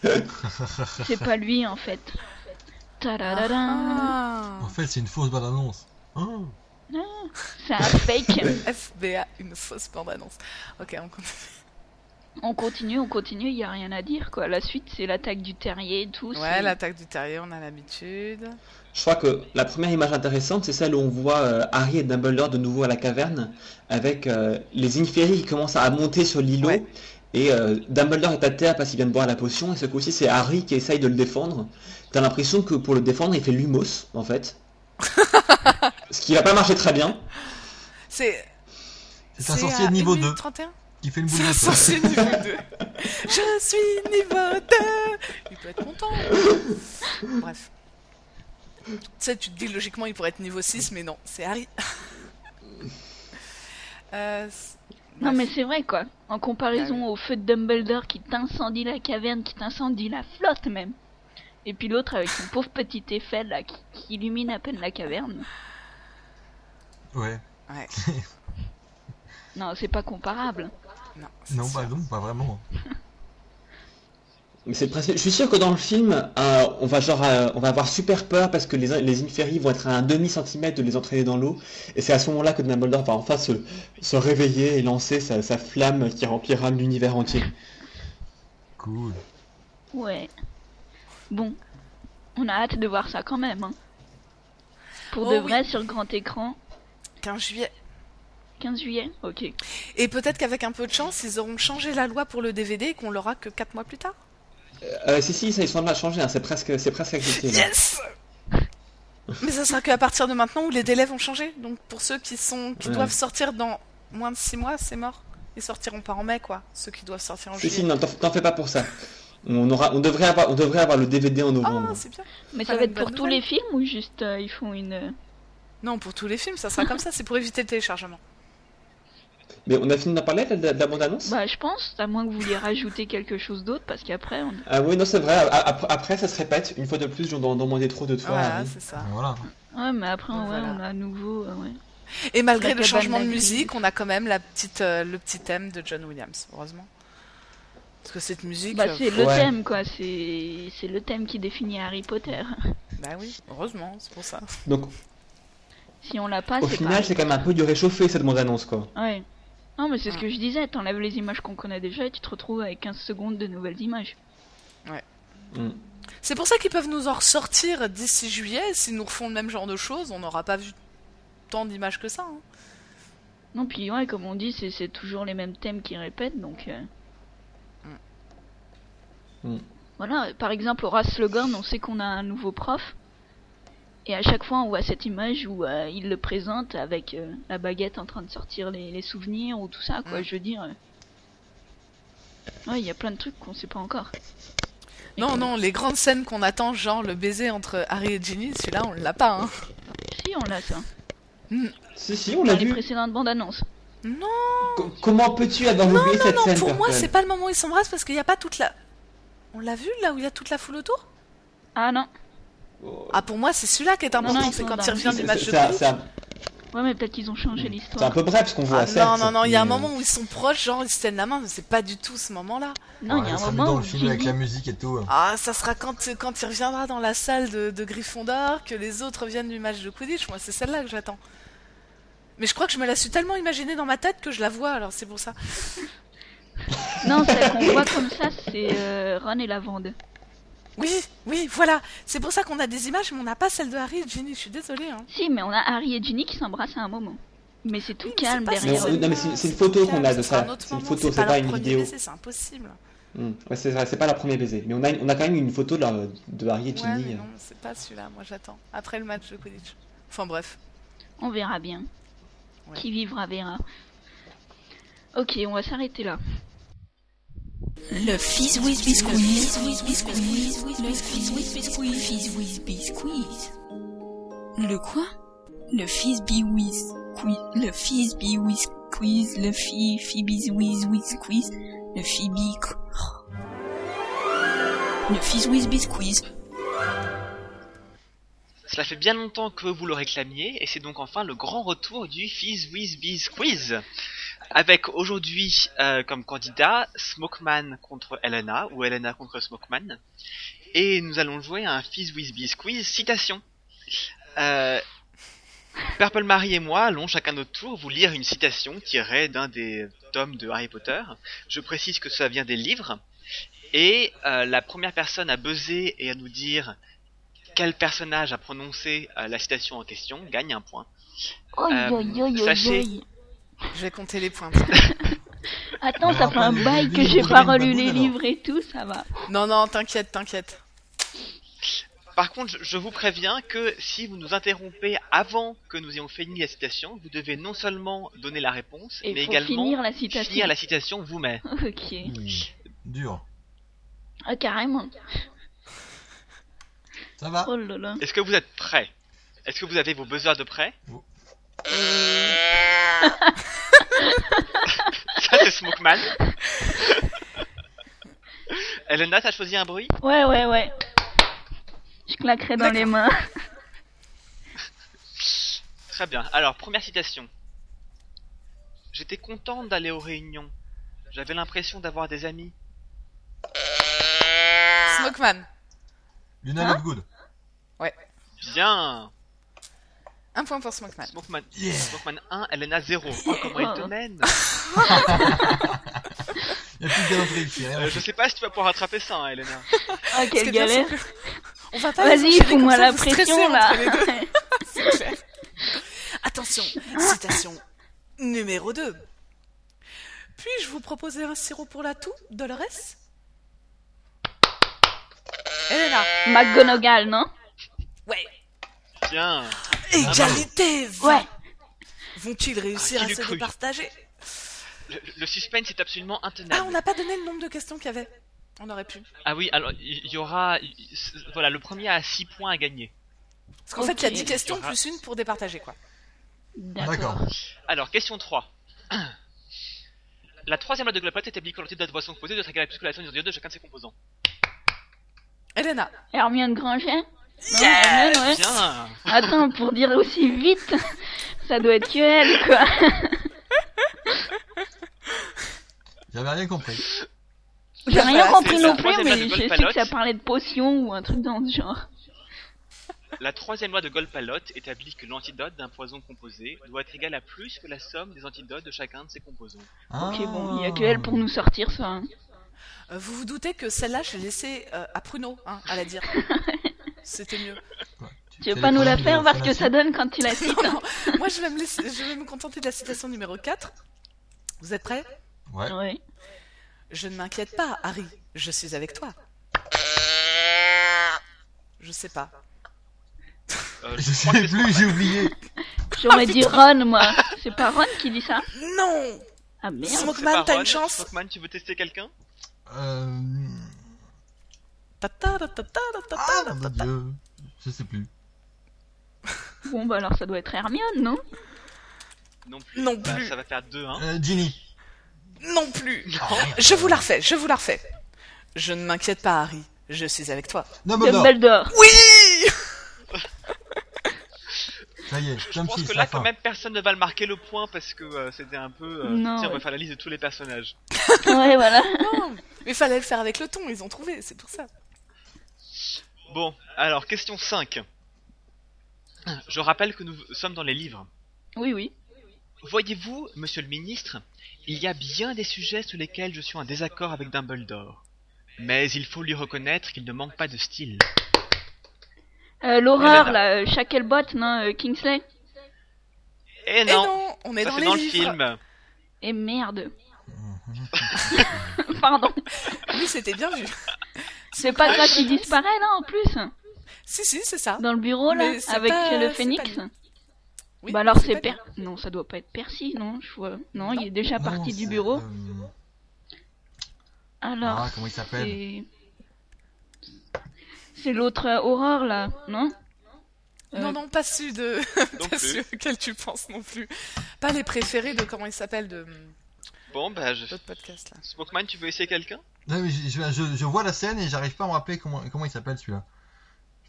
S4: C'est pas lui, en fait. Tararara.
S3: Ah.
S2: En fait, c'est une fausse bande annonce. Oh.
S4: C'est un fake.
S3: FBA, une fausse bande annonce. Ok, on continue.
S4: On continue, on continue, il n'y a rien à dire quoi. La suite, c'est l'attaque du terrier et tout.
S3: Ouais,
S4: c'est-
S3: l'attaque du terrier, on a l'habitude.
S7: Je crois que la première image intéressante, c'est celle où on voit euh, Harry et Dumbledore de nouveau à la caverne, avec euh, les Inferi qui commencent à monter sur l'îlot.
S3: Ouais.
S7: Et euh, Dumbledore est à terre parce qu'il vient de boire la potion, et ce coup-ci, c'est Harry qui essaye de le défendre. T'as l'impression que pour le défendre, il fait lumos, en fait. ce qui va pas marcher très bien.
S3: C'est.
S2: C'est un
S3: c'est
S2: sorcier
S3: à
S2: de niveau
S3: 1 minute
S2: 2
S3: 31
S2: qui fait une boule
S3: C'est
S2: de
S3: un
S2: feu.
S3: sorcier niveau 2. Je suis niveau 2. Il peut être content. Bref. Tu sais, tu te dis logiquement, il pourrait être niveau 6, mais non, c'est Harry. Euh, c'est-
S4: Non,
S3: bref.
S4: mais c'est vrai quoi. En comparaison au feu de Dumbledore qui t'incendie la caverne, qui t'incendie la flotte même. Et puis l'autre avec son pauvre petit effet là qui, qui illumine à peine la caverne.
S2: Ouais.
S3: Ouais,
S4: Non, c'est pas comparable.
S3: non, c'est
S2: Non,
S3: sûr.
S2: bah non, pas vraiment.
S7: Mais c'est le principe. Je suis sûr que dans le film, euh, on va genre, euh, on va avoir super peur parce que les, les Inferi vont être à un demi centimètre de les entraîner dans l'eau, et c'est à ce moment-là que Dumbledore va enfin se, se réveiller et lancer sa, sa flamme qui remplira l'univers entier.
S2: Cool.
S4: Ouais. Bon, on a hâte de voir ça quand même. hein. Pour
S3: Oh
S4: de
S3: oui.
S4: vrai sur grand écran,
S3: 15 juillet.
S4: 15 juillet. Ok.
S3: Et peut-être qu'avec un peu de chance, ils auront changé la loi pour le DVD et qu'on l'aura que 4 mois plus tard.
S7: Euh, si si, ça ils sont en train de la changer, hein, c'est presque, c'est presque accepté. là.
S3: Yes Mais ça sera qu'à partir de maintenant où les délais vont changer. Donc pour ceux qui sont qui
S7: Ouais.
S3: doivent sortir dans moins de 6 mois, c'est mort. Ils sortiront pas en mai quoi, ceux qui doivent sortir en
S7: Si si,
S3: juillet.
S7: non, t'en- t'en fais pas pour ça. On aura, on devrait avoir, on devrait avoir le DVD en
S3: Ah,
S7: novembre.
S3: c'est bien.
S4: Mais
S3: Voilà
S4: ça va
S3: une
S4: être pour
S3: bonne
S4: tous
S3: nouvelle.
S4: les films ou juste euh, ils font une. euh,
S3: Non, pour tous les films, ça sera comme ça, c'est pour éviter le téléchargement.
S7: Mais on a fini d'en parler de la, de la bande-annonce
S4: Bah, je pense, à moins que vous vouliez rajouter quelque chose d'autre, parce qu'après, on...
S7: Ah oui, non, c'est vrai. a- a- Après, après, ça se répète une fois de plus. J'en demandais trop de toi.
S3: voilà,
S7: Harry.
S3: c'est Ah, ça.
S2: Voilà.
S4: ouais, mais après,
S3: Donc
S4: ouais,
S3: Bah, voilà.
S4: on a à nouveau, euh, ouais.
S3: Et malgré
S4: La
S3: le
S4: cabane
S3: changement de
S4: à grilles.
S3: musique, on a quand même la petite, euh, le petit thème de John Williams, heureusement. Parce que cette musique,
S4: Bah,
S3: euh,
S4: c'est le
S7: Ouais.
S4: thème, quoi. C'est c'est le thème qui définit Harry Potter.
S3: bah oui, heureusement, c'est pour ça.
S7: Donc,
S4: Si on l'a
S3: Ah,
S4: pas,
S7: au
S4: c'est
S7: final, c'est quand même un peu du réchauffé cette bande-annonce, quoi.
S4: pas. Ouais. Non, mais c'est ce
S3: Ah.
S4: que je disais. T'enlèves les images qu'on connaît déjà et tu te retrouves avec 15 secondes de nouvelles images.
S7: Mm.
S3: C'est pour ça qu'ils peuvent nous en ressortir d'ici juillet. S'ils nous refont le même genre de choses, on n'aura pas vu tant d'images que ça. hein.
S4: Non, puis ouais, comme on dit, c'est- c'est toujours les mêmes thèmes qui répètent, donc. euh,
S7: Mm.
S4: Voilà, par exemple, au Ras Slogan, on sait qu'on a un nouveau prof. Et à chaque fois, on voit cette image où euh, il le présente avec euh, la baguette en train de sortir les, les souvenirs ou tout ça, quoi.
S3: Mm.
S4: Je veux dire. euh. Ouais, il y a plein de trucs qu'on sait pas encore. Et
S3: Non,
S4: qu'on-
S3: non, les grandes scènes qu'on attend, genre le baiser entre Harry et Ginny, celui-là, on l'a pas. hein.
S4: Si, on l'a ça.
S7: Si, si, on
S4: Dans
S7: l'a
S4: les
S7: vu.
S4: précédentes bandes annonces.
S3: Non,
S7: Co- Comment peux-tu avoir oublié cette
S3: non,
S7: scène
S3: pour moi,
S7: Perpel
S3: c'est pas le moment où ils s'embrassent parce qu'il n'y a pas toute la. On l'a vu là où il y a toute la foule autour
S4: Ah non.
S7: Oh,
S3: Ah, pour moi, c'est celui-là qui est
S4: Non,
S3: important,
S4: non, ils
S3: c'est
S4: sont
S3: quand
S4: dans-
S3: il revient
S7: c'est-
S3: du match de
S7: c'est un-
S3: foot.
S7: C'est un
S4: Ouais, mais peut-être qu'ils ont changé
S7: Mm. c'est un
S4: l'histoire.
S7: peu bref ce qu'on voit.
S3: Ah,
S7: certes,
S3: non, non, non, il y a un
S7: mais, euh,
S3: moment où ils sont proches, genre ils se tiennent la main, mais c'est pas du tout ce moment-là.
S4: Non, il y a
S2: Ouais,
S4: un
S2: ça met
S4: moment
S2: dans
S4: où
S2: le
S4: tu
S2: film avec
S4: dis-
S2: la musique et tout.
S3: Ah, ça sera quand, quand il reviendra dans la salle de, de Gryffondor, que les autres viennent du match de Quidditch. Moi, c'est celle-là que j'attends. Mais je crois que je me la suis tellement imaginée dans ma tête que je la vois, alors c'est pour ça.
S4: Non, celle qu'on voit comme ça, c'est euh, Ron et Lavande.
S3: Oui, oui, voilà. C'est pour ça qu'on a des images, mais on n'a pas celle de Harry et Ginny. Je suis désolée. Hein.
S4: Si, mais on a Harry et Ginny qui s'embrassent à un moment. Mais c'est tout
S3: Oui, mais c'est
S4: calme
S3: pas
S4: derrière
S7: Mais
S4: eux.
S7: on- non, mais c'est- c'est une photo qu'on a de ça. C'est une photo, c'est pas une vidéo.
S3: C'est impossible.
S7: mm. Ouais, c'est vrai, c'est pas la première baiser. Mais on a, une- on a quand même une photo de, leur- de Harry et
S3: Ouais, mais
S7: Ginny.
S3: non, c'est pas celui-là. Moi, j'attends. Après le match de Quidditch. Enfin, bref.
S4: On verra bien.
S3: Ouais.
S4: Qui vivra verra. Ok, on va s'arrêter là.
S8: Le fizz with biscuit. Fizz with biscuit. Le fizz with biscuit. Fizz with biscuit. Le quoi Le fizz be with quiz. Le fizz be with quiz. Le fi fi biz with with quiz. Le fi bi cr- Le fizz with biscuit.
S5: Cela fait bien longtemps que vous le réclamiez, et c'est donc enfin le grand retour du Fizz Whiz Biz Quiz. Avec aujourd'hui euh, comme candidat Smokeman contre Elena, ou Elena contre Smokeman. Et nous allons jouer à un Fizz Whiz Biz Quiz citation. Euh, Purple Marie et moi allons chacun notre tour vous lire une citation tirée d'un des tomes de Harry Potter. Je précise que ça vient des livres. Et euh, la première personne à buzzer et à nous dire quel personnage a prononcé euh, la citation en question gagne un point.
S4: Oi,
S5: Euh,
S4: oi, oi, oi,
S5: sachez-
S4: oi.
S3: Je vais compter les points.
S4: Attends, ça fait un
S2: Rappelez-
S4: bail que
S2: lisez
S4: j'ai
S2: Robin
S4: pas
S2: des
S4: relu
S2: Baboules,
S4: les
S2: alors.
S4: livres et tout, ça va.
S3: non, non, t'inquiète, t'inquiète.
S5: Par contre, je, je vous préviens que si vous nous interrompez avant que nous ayons fini la citation, vous devez non seulement donner la réponse,
S4: Et
S5: mais
S4: faut
S5: également
S4: finir la citation.
S5: finir la citation vous-même.
S4: Ok.
S2: Oui. Dur.
S4: Ah, carrément.
S2: Ça va
S4: Oh là là.
S5: Est-ce que vous êtes prêts Est-ce que vous avez vos buzzers de prêt
S2: Oh.
S5: Ça, c'est Smokeman. Elena, t'as choisi un bruit
S4: Ouais, ouais, ouais. Je claquerai dans les mains.
S5: Très bien. Alors, première citation. J'étais contente d'aller aux réunions. J'avais l'impression d'avoir des amis.
S3: Smokeman.
S2: Luna
S4: Hein
S2: Lovegood.
S5: Bien
S3: Un point pour Smokeman.
S5: Smokeman,
S2: Yeah.
S5: Smokeman 1, Elena 0. Oh, comment il te mène
S2: Il n'y a plus de calendrier ici. rien à
S5: Euh, Je sais pas si tu vas pouvoir rattraper ça, hein, Elena.
S4: Ah,
S3: Ce qui
S4: quelle
S3: est bien, c'est
S4: galère.
S3: que- On va pas les
S4: Vas-y,
S3: enchaîner comme
S4: fous-moi
S3: ça,
S4: la
S3: vous stressez
S4: pression
S3: entre
S4: là.
S3: les deux, c'est clair. Attention, citation numéro 2. Puis-je vous proposer un sirop pour la toux,
S5: Ah,
S3: Dolores Elena.
S4: McGonagall, non
S3: Ouais.
S5: Bien
S3: Égalité
S4: Ouais.
S3: Vont-ils réussir
S5: Ah,
S3: à
S5: qui
S3: se
S5: l'eût cru
S3: départager
S5: Le, le suspense est absolument intenable.
S3: Ah, on n'a pas donné le nombre de questions qu'il y avait. On aurait pu.
S5: Ah oui, alors il y, y aura. y- c- voilà, le premier a 6 points à gagner.
S3: Parce qu'en fait, il y a
S4: Ok.
S3: 10
S5: Ah.
S3: questions plus une pour départager, quoi.
S2: faire. D'accord.
S4: D'accord.
S5: Alors, question 3. La troisième loi de Globetrot établit que l'entité de la boisson composée doit être égale à la plus que la somme des ions de chacun de ses composants.
S3: Elena.
S4: Hermione Granger Non, Hermione, ouais.
S5: Bien
S4: Attends, pour dire aussi vite, ça doit être que elle, quoi.
S2: foutre. J'avais rien compris.
S4: J'ai rien
S3: c'est
S4: compris
S5: ça.
S4: non
S5: Moi,
S4: plus,
S5: c'est pas
S4: mais
S5: de
S4: je
S5: bonne
S4: sais que
S5: palotte.
S4: ça parlait de potions ou un truc dans ce genre.
S5: La troisième loi de Golpalot établit que l'antidote d'un poison composé doit être égal à plus que la somme des antidotes de chacun de ses composants.
S4: Ok, bon, il y
S2: Ah.
S4: a que elle pour nous sortir ça. hein.
S3: Euh, Vous vous doutez que celle-là, je l'ai laissée euh, à Pruno, hein, à la dire. C'était mieux.
S4: Tu veux pas nous la faire voir ce que ça donne quand tu la
S3: Non,
S4: cites hein
S3: non, Moi, je vais, me laisser- je vais me contenter de la citation numéro 4. Vous êtes prêts
S2: Ouais.
S4: Ouais.
S3: Je ne m'inquiète pas, Harry. Je suis avec toi. Je sais pas.
S5: Euh,
S2: Je
S5: crois
S2: sais
S5: que c'est
S2: plus, j'ai oublié.
S4: J'aurais dit Ron, moi. C'est pas Ron qui dit ça
S3: Non
S4: Ah
S5: Smokeman.
S4: merde.
S3: Smokeman,
S5: C'est pas
S3: t'as une
S5: Ron.
S3: chance.
S5: Smokeman, tu veux tester quelqu'un
S2: Euh...
S3: Ta ta ta ta ta ta ta
S2: Ah,
S3: ta
S2: mon
S3: ta.
S2: dieu. Je sais plus.
S4: Bon, bah alors ça doit être Hermione, non
S5: Non plus.
S3: Non
S5: Bah,
S3: plus.
S5: ça va faire 2 1.
S2: Euh, Ginny.
S3: Non plus
S2: Ah, merde.
S3: Je vous la refais, je vous la refais. Je ne m'inquiète pas, Harry. Je suis avec toi.
S2: Dumbledore.
S4: Dumbledore.
S2: Ça y est,
S5: Je
S2: Tom
S5: pense
S2: Six,
S5: que
S2: la
S5: là,
S2: fin.
S5: quand même, personne ne va le marquer le point parce que euh, c'était un peu. euh,
S4: Non,
S5: tiens, on
S4: ouais.
S5: va faire la liste de tous les personnages.
S4: Ouais, voilà.
S3: Non Mais fallait le faire avec le ton, ils ont trouvé, c'est pour ça.
S5: Bon, alors, question 5. Je rappelle que nous sommes dans les livres.
S4: Oui, oui.
S5: Voyez-vous, monsieur le ministre, il y a bien des sujets sous lesquels je suis en désaccord avec Dumbledore. Mais il faut lui reconnaître qu'il ne manque pas de style.
S4: Euh, L'horreur,
S5: Elena.
S4: là, euh, Shacklebot, non euh, Kingsley
S5: Eh
S3: Et non,
S5: non,
S3: on est
S5: ça
S3: dans
S5: c'est
S3: les
S5: dans le
S3: livres.
S5: film.
S4: Eh merde. Pardon.
S3: Oui, c'était bien vu.
S4: C'est pas ça qui disparaît, là, en plus
S3: Si, si, c'est ça.
S4: Dans le bureau, là,
S3: Mais c'est
S4: avec
S3: pas-
S4: euh, le
S3: c'est
S4: phénix
S3: pas Oui,
S4: Bah alors
S3: c'est
S4: c'est
S3: pas
S4: Per... Non, ça doit pas être Percy, non, je vois. Non, il est déjà
S2: Non,
S4: parti
S2: c'est,
S4: du bureau.
S2: euh,
S4: Alors,
S2: Ah, comment il s'appelle
S4: c'est... C'est l'autre euh, Aurore, là, non Euh,
S3: Non, non, pas celui de.
S5: Non
S3: pas
S5: plus.
S3: celui auquel tu penses non plus. Pas les préférés de comment il s'appelle de
S5: Bon, bah, je...
S3: l'autre podcast là.
S5: Smokeman, tu veux essayer quelqu'un
S2: Non, mais je, je- je- je vois la scène et j'arrive pas à me rappeler comment, comment il s'appelle celui-là.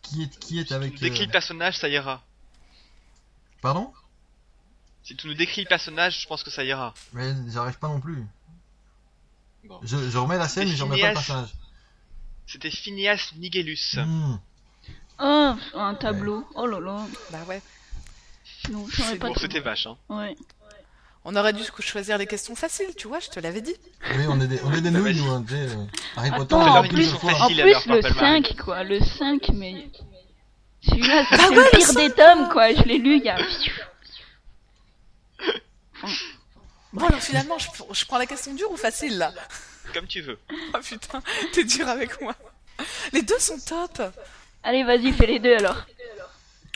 S2: Qui est, qui est
S5: Tu
S2: avec.
S5: nous décris
S2: euh,
S5: le personnage, ça ira.
S2: Pardon
S5: Si tu nous décris le personnage, je pense que ça ira.
S2: Mais j'arrive pas non plus.
S5: Bon.
S2: Je, je remets la scène
S5: Des
S2: mais je remets pas le
S5: chimiaches.
S2: personnage.
S5: C'était Phineas Nigellus.
S2: Hmm.
S4: Oh, un tableau. Oh là là.
S3: Bah ouais.
S4: Non, je saurais
S3: C'est
S4: pas
S5: Bon,
S4: trop.
S5: c'était vache, hein.
S4: Ouais.
S3: On aurait dû choisir des questions faciles, tu vois, je te l'avais dit.
S2: Oui, on est des, on est des
S5: Bah,
S2: nouilles,
S5: vas-y.
S2: nous, hein, tu sais, euh, Harry Potter,
S4: Attends,
S2: on l'a
S4: en
S2: pris
S4: plus-
S2: deux fois.
S5: en
S4: En
S5: Si, la leur
S4: plus, le
S5: Purple Marine.
S4: 5, quoi, le 5, mais... Celui-là,
S3: Ah
S4: c'est le pire des tomes, quoi, je l'ai lu il y a...
S3: Bon, alors finalement, je, je prends la question dure ou facile là
S5: Comme tu veux.
S3: Ah putain, t'es dur avec moi. Les deux sont top.
S4: Allez, vas-y, fais les deux, alors.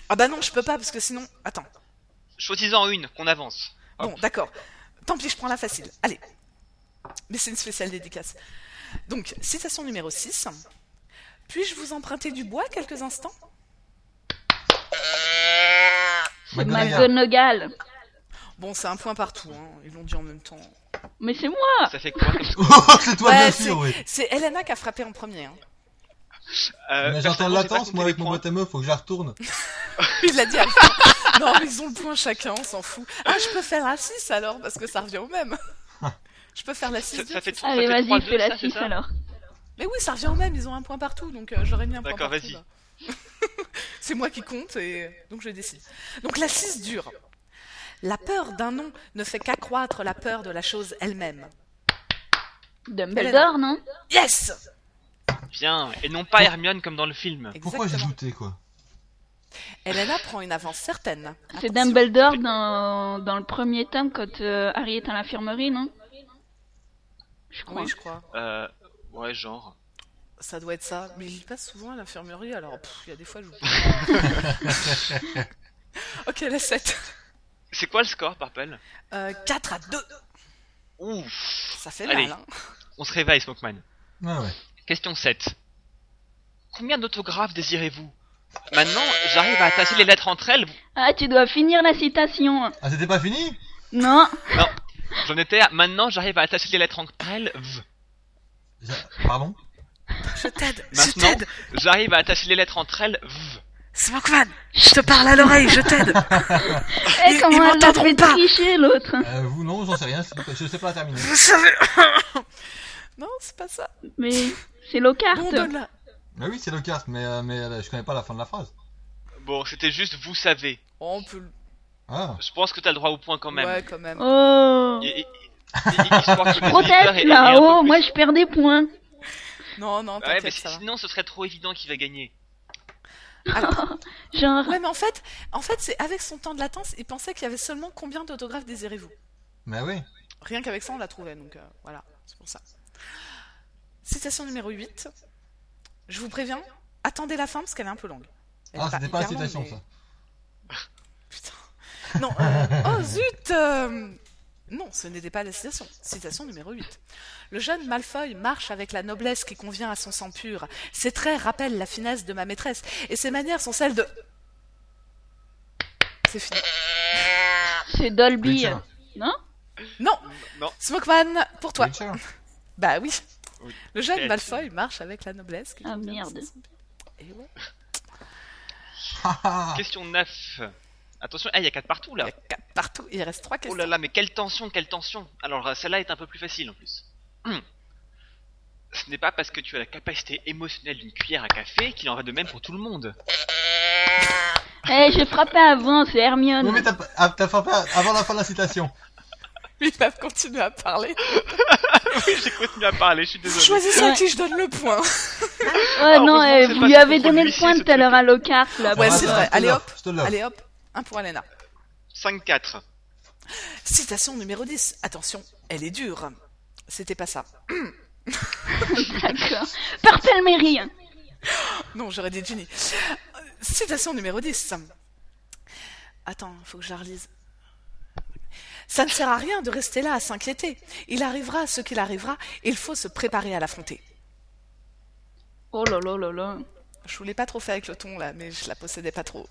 S3: Ah bah non, je peux pas parce que sinon. Attends.
S5: Choisis-en une, qu'on avance.
S3: Bon, d'accord. Tant pis, je prends la facile. Allez. Mais c'est une spéciale dédicace. Donc, citation numéro 6. Puis-je vous emprunter du bois quelques instants
S4: C'est
S2: McGonagall.
S4: McGonagall.
S3: Bon, c'est un point partout, hein. ils l'ont dit en même temps.
S4: Mais c'est moi
S5: Ça fait quoi comme score
S2: Oh, c'est toi, bien
S3: Ouais,
S2: sûr, oui.
S3: C'est Elena qui a frappé en premier. Hein.
S5: Euh,
S2: Mais J'entends
S5: personnellement, j'ai pas
S2: latence,
S5: compté
S2: moi,
S5: les
S2: avec mon
S5: points.
S2: boîte à meuf, faut que je la retourne.
S3: Il l'a dit à la fin. Non, mais ils ont le point chacun, on s'en fout. Ah, je peux faire la 6 alors, parce que ça revient au même. Je peux faire la 6.
S5: Ça, ça fait, ça
S4: Allez,
S5: fait
S4: vas-y,
S5: 3-2,
S4: fais la
S5: ça, c'est
S4: 6,
S5: ça
S4: alors.
S3: Mais oui, ça revient au même, ils ont un point partout, donc euh, j'aurais mis un point
S5: D'accord,
S3: partout.
S5: vas-y.
S3: là. C'est moi qui compte, et euh, donc je décide. Donc la 6 dure. La peur d'un nom ne fait qu'accroître la peur de la chose elle-même.
S4: Dumbledore, non
S3: Yes
S5: Bien, et non pas Hermione comme dans le film.
S2: Pourquoi j'ai
S3: Exactement.
S2: douté, quoi
S3: Helena prend une avance certaine.
S4: C'est
S3: Attention.
S4: Dumbledore dans, dans le premier tome quand euh, Harry est à l'infirmerie, non Je crois.
S3: Oui, je crois.
S5: Euh, ouais, genre.
S3: Ça doit être ça. Mais il passe souvent à l'infirmerie, alors pff, il y a des fois, je ok, la 7.
S5: C'est quoi le score, Parpel
S3: 4 à 2.
S5: Ouf
S3: Ça fait
S5: Allez.
S3: mal, hein.
S5: On se réveille, Smokeman.
S2: Ah ouais.
S5: Question 7. Combien d'autographes désirez-vous Maintenant, j'arrive à attacher les lettres entre elles.
S4: Ah, tu dois finir la citation.
S2: Ah, c'était pas fini
S4: Non
S5: Non, j'en étais à... Maintenant, j'arrive à attacher les lettres entre elles. V.
S2: J'a- Pardon
S3: Je t'aide. Je
S5: Maintenant,
S3: t'aide.
S5: j'arrive à attacher les lettres entre elles. V.
S3: Smokeman, je te parle à l'oreille, je t'aide.
S4: Eh,
S3: Ils- ils
S4: comment elle l'a
S3: m'entendront
S4: fait
S3: pas.
S4: tricher, l'autre
S2: euh, Vous, non, j'en sais rien, c'est- je sais pas la terminer.
S3: Vous savez. non, c'est pas ça.
S4: Mais c'est
S3: Bon, on
S4: Lockhart.
S3: donne la.
S2: Ah oui, c'est le cast, mais, euh, mais euh, je connais pas la fin de la phrase.
S5: Bon, c'était juste vous savez.
S3: Oh, on peut. le-
S2: Ah,
S5: Je pense que t'as le droit au point quand même.
S3: Ouais, quand même.
S4: Oh
S5: Et- et- et- histoire que les auditeurs aient-
S4: Proteste
S5: aient un peu
S4: là-haut,
S5: plus-
S4: moi je perds des points.
S3: Non, non,
S5: Ouais,
S3: t'inquiète,
S5: mais si-
S3: ça va.
S5: sinon ce serait trop évident qui va gagner.
S4: Genre,
S3: Ouais, mais en fait, en fait c'est avec son temps de latence, il pensait qu'il y avait seulement combien d'autographes désirez-vous
S2: mais oui.
S3: Rien qu'avec ça, on la trouvait, donc euh, voilà, c'est pour ça. Citation numéro 8. Je vous préviens, attendez la fin parce qu'elle est un peu longue. Elle
S2: Ah,
S3: est
S2: c'était pas la
S3: hyper longue,
S2: citation,
S3: mais-
S2: ça.
S3: Putain. Non, euh, oh zut euh, Non, ce n'était pas la citation. Citation numéro 8. Le jeune Malfoy marche avec la noblesse qui convient à son sang pur. Ses traits rappellent la finesse de ma maîtresse, et ses manières sont celles de... C'est fini.
S4: c'est Dolby.
S2: Witcher.
S4: Non
S3: Non
S5: Non.
S3: Smokeman, pour toi.
S2: Witcher.
S3: Bah oui.
S5: Oui.
S3: Le jeune
S5: Eh,
S3: Malfoy marche avec la noblesse. qui
S4: Ah,
S3: devient
S4: merde.
S3: son- Et ouais.
S2: Ah, ah, ah.
S5: Question 9. Attention, eh, il y a 4 partout
S3: Il
S5: là.
S3: y a quatre partout. Il reste trois
S5: Oh
S3: questions.
S5: là là, mais quelle tension, quelle tension. Alors euh, celle-là est un peu plus facile en plus. Hmm. Ce n'est pas parce que tu as la capacité émotionnelle d'une cuillère à café qu'il en va de même pour tout le monde.
S4: Eh, j'ai frappé avant, c'est Hermione.
S2: Oui, mais t'as pas- ah, t'as frappé avant la fin de la citation.
S3: Ils peuvent continuer à parler.
S5: Oui, j'ai continué à parler, je suis désolé.
S3: Choisissez à
S4: Ouais.
S3: qui je donne le point.
S4: Ouais, non,
S5: heureusement
S4: eh,
S5: que c'est
S4: vous
S5: pas
S4: lui
S5: fait
S4: avez
S5: contre
S4: donné le
S5: l'huissier,
S4: point
S5: ce
S4: tout à l'heure
S5: truc.
S4: à Lockhart, là.
S3: Ouais,
S2: Ah,
S3: c'est
S2: bah,
S3: vrai.
S2: je te
S3: Allez,
S2: l'offre,
S3: hop.
S2: Je te l'offre.
S3: Allez hop, un pour Alena.
S5: 5-4.
S3: Citation numéro 10. Attention, elle est dure. C'était pas ça.
S4: D'accord. Parpel Mairie.
S3: Non, j'aurais dit Ginny. Euh, Citation numéro 10. Attends, faut que je la relise. Ça ne sert à rien de rester là à s'inquiéter. Il arrivera ce qu'il arrivera, il faut se préparer à l'affronter.
S4: Oh là là là là.
S3: Je voulais pas trop faire avec le ton là, mais je la possédais pas trop.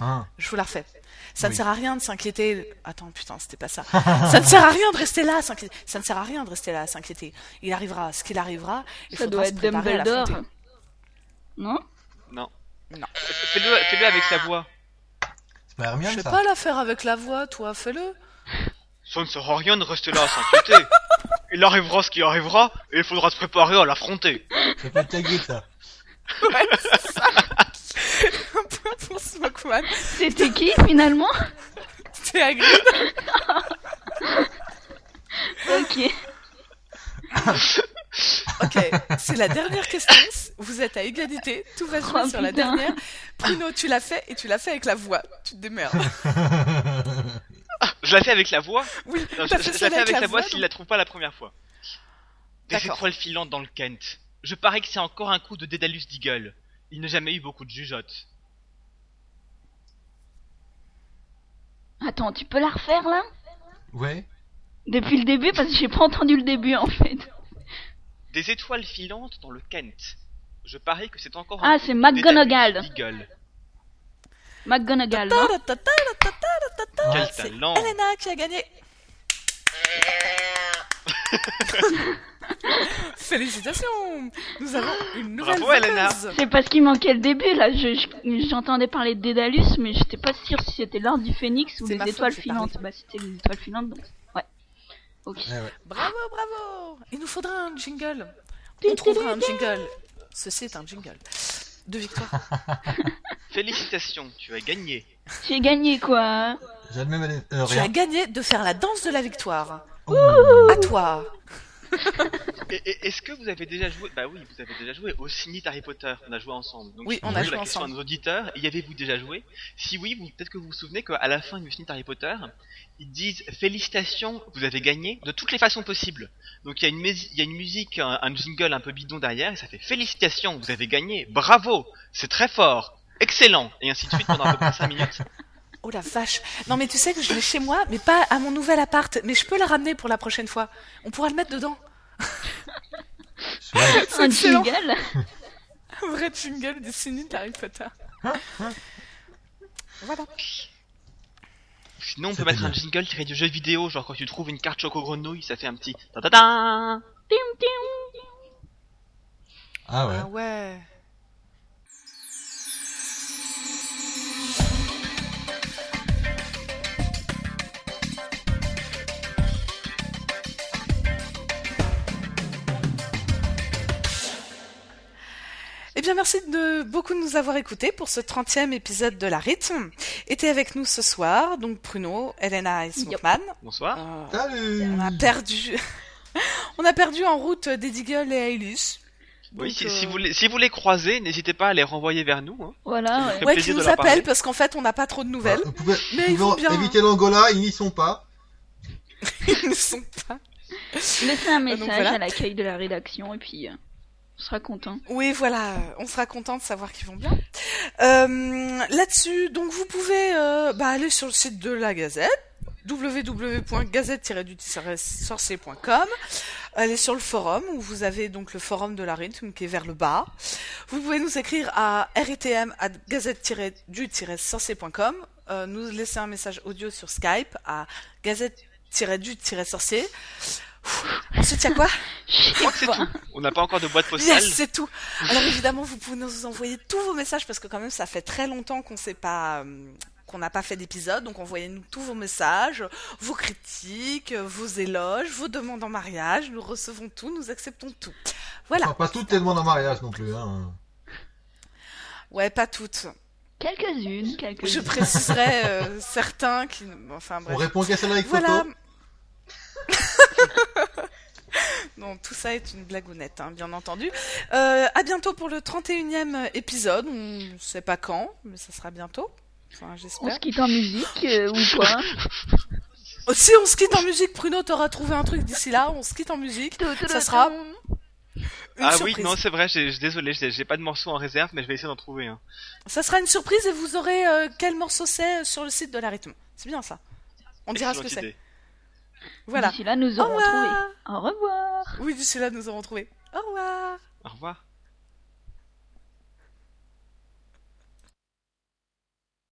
S2: Hein.
S3: Je vous la refais. Ça ne
S2: Oui.
S3: sert à rien de s'inquiéter. Attends, putain, c'était pas ça. ça ne sert à rien de rester là à s'inquiéter. Ça ne sert à rien de rester là à s'inquiéter. Il arrivera ce qu'il arrivera. Il
S4: Ça
S3: faudra
S4: doit
S3: se
S4: être
S3: préparer à
S4: Dumbledore.
S3: l'affronter.
S4: Non
S5: Non.
S3: Non.
S5: Fais-le fais-le avec sa voix.
S2: C'est pas
S3: Je
S2: Hermione,
S3: vais
S2: ça
S3: pas la faire avec la voix, toi, fais-le.
S5: Ça ne sert à rien de rester là à s'inquiéter. Il arrivera ce qui arrivera, et il faudra se préparer à l'affronter.
S2: C'est pas Hagrid, ça.
S3: Ouais, c'est ça. Un point pour Smokeman.
S4: C'était qui finalement
S3: C'était agréable.
S4: Ok.
S3: Ok, c'est la dernière question. Vous êtes à égalité. Tout va se jouer
S4: Oh,
S3: sur la
S4: putain.
S3: dernière. Bruno, tu l'as fait et tu l'as fait avec la voix. Tu te démerdes.
S5: Je la fais avec la voix.
S3: Oui,
S5: Non, je,
S3: t'as
S5: je-
S3: fait
S5: je
S3: ça
S5: la fais avec la voix s'il
S3: donc-
S5: la trouve pas la première fois. Des
S3: D'accord.
S5: étoiles filantes dans le Kent. Je parie que c'est encore un coup de Dédalus Deagle. Il n'a jamais eu beaucoup de jugeotes.
S4: Attends, tu peux la refaire là
S2: Ouais.
S4: Depuis le début parce que j'ai pas entendu le début en fait.
S5: Des étoiles filantes dans le Kent. Je parie que c'est encore un
S4: Ah,
S5: coup
S4: c'est
S5: de Dédalus
S4: McGonagall.
S5: Deagle.
S4: McGonagall, non
S3: Ta-da-ta-ta-da-ta-ta-ta-ta.
S5: Quel
S3: C'est
S5: talent.
S3: Elena qui a gagné. Félicitations Nous avons une nouvelle
S5: Bravo, Elena.
S3: vainqueuse.
S4: C'est parce qu'il manquait le début là. Je- je- J'entendais parler de Dédalus, mais j'étais pas sûre si c'était l'ordre du phénix ou
S3: C'est
S4: les
S3: ma faute,
S4: étoiles
S3: j'ai
S4: filantes. Bah, c'était les étoiles filantes donc. Ouais. Ok.
S2: Ouais, ouais.
S3: Bravo, bravo Il nous faudra un jingle. On trouvera un jingle. Ceci est un jingle. De victoire.
S5: Félicitations, tu as gagné.
S4: J'ai gagné quoi hein
S2: J'admets ma dé- euh,
S3: Tu as
S2: rien.
S3: gagné de faire la danse de la victoire.
S2: Oh.
S3: À toi.
S5: Et- et- Est-ce que vous avez déjà joué Bah oui, vous avez déjà joué au Cygnit Harry Potter. On a joué ensemble. Donc,
S3: Oui,
S5: je
S3: on a
S5: pose
S3: joué
S5: la question
S3: ensemble.
S5: à nos auditeurs. Y avez-vous déjà joué Si oui, vous- peut-être que vous vous souvenez qu'à la fin du Cygnit Harry Potter, ils disent félicitations, vous avez gagné de toutes les façons possibles. Donc il y a une, musi- il y a une musique, un, un jingle un peu bidon derrière, et ça fait félicitations, vous avez gagné, bravo, c'est très fort, excellent, et ainsi de suite pendant à peu près 5 minutes.
S3: Oh la vache. Non mais tu sais que je l'ai chez moi, mais pas à mon nouvel appart. Mais je peux la ramener pour la prochaine fois. On pourra le mettre dedans.
S2: Chouette.
S3: C'est
S4: Un
S3: excellent.
S4: jingle
S3: Un vrai jingle du ciné d'Harry Potter. Voilà.
S5: Sinon, on
S2: Ça
S5: peut
S2: fait
S5: mettre un
S2: bien.
S5: jingle tiré du jeu vidéo, genre quand tu trouves une carte choco grenouille, ça fait un petit ta ta ta.
S4: Tim, tim.
S2: Ah ouais.
S3: Ah ouais. Eh bien, merci de beaucoup de nous avoir écoutés pour ce 30e épisode de La Rythme. Était avec nous ce soir, donc Bruno, Elena et Smokeman.
S5: Bonsoir.
S3: Euh,
S2: Ah. Salut
S3: on a perdu. on a perdu en route euh, des Deagle et Ailus.
S5: Oui,
S3: Donc,
S5: si,
S3: euh,
S5: si vous les, si vous les croisez, n'hésitez pas à les renvoyer vers nous. Hein.
S4: Voilà, ouais.
S5: fait
S3: Ouais, qui
S5: plaisir de
S3: nous
S5: leur parler.
S3: appellent parce qu'en fait, on n'a pas trop de
S2: Ah,
S3: nouvelles.
S2: Vous pouvez,
S3: Mais
S2: vous
S3: ils vont
S2: pouvez
S3: bien,
S2: éviter l'Angola, ils n'y sont pas.
S5: Ah.
S3: Ils ne sont pas.
S4: Laissez un
S3: Ah, donc
S4: message
S3: voilà.
S4: à l'accueil de la rédaction et puis euh, on sera content.
S3: Oui, voilà, on sera content de savoir qu'ils vont bien. Euh, Là-dessus, donc vous pouvez euh, bah, aller sur le site de la Gazette www.gazette-du-sorcier.com Allez sur le forum où vous avez donc le forum de la rythme qui est vers le bas. Vous pouvez nous écrire à rtm@gazette-du-sorcier.com, euh, nous laisser un message audio sur Skype à gazette-du-sorcier. Ouh, Ensuite, il y a quoi
S4: Je
S5: Je crois que c'est
S4: sais pas.
S5: tout. On n'a pas encore de boîte postale.
S3: Yes, c'est tout. Alors évidemment, vous pouvez nous envoyer tous vos messages parce que quand même, ça fait très longtemps qu'on sait pas euh, qu'on n'a pas fait d'épisode. Donc envoyez-nous tous vos messages, vos critiques, euh, vos éloges, vos demandes en mariage. Nous recevons tout, nous acceptons tout. Voilà.
S2: Enfin, pas toutes les demandes en mariage non plus. Hein.
S3: Ouais, pas toutes.
S4: Quelques-unes, quelques-unes.
S3: Je préciserai euh, certains qui, enfin
S2: On
S3: bref.
S2: répond qu'à celle avec
S3: Voilà.
S2: photo.
S3: Non, tout ça est une blagounette, hein, bien entendu. Euh, à bientôt pour le 31e épisode. On sait pas quand, mais ça sera bientôt. Enfin,
S4: On
S3: j'espère.
S4: se quitte en musique euh, ou quoi
S3: Oh, Si on se quitte en musique, Pruno, t'auras trouvé un truc d'ici là. On se quitte en musique. Ça sera une
S5: ah
S3: surprise.
S5: oui, non, c'est vrai, j'ai- j'ai- désolé, j'ai j'ai pas de morceau en réserve, mais je vais essayer d'en trouver un.
S3: Ça sera une surprise et vous aurez euh, quel morceau c'est euh, sur le site de la rythme. C'est bien ça. On dira ce que
S5: Excellente
S3: c'est.
S5: idée.
S3: Voilà.
S4: D'ici là, nous
S3: Au
S4: aurons trouvé.
S3: revoir.
S4: Au revoir.
S3: Oui, d'ici là, nous aurons trouvé. Au revoir.
S5: Au revoir.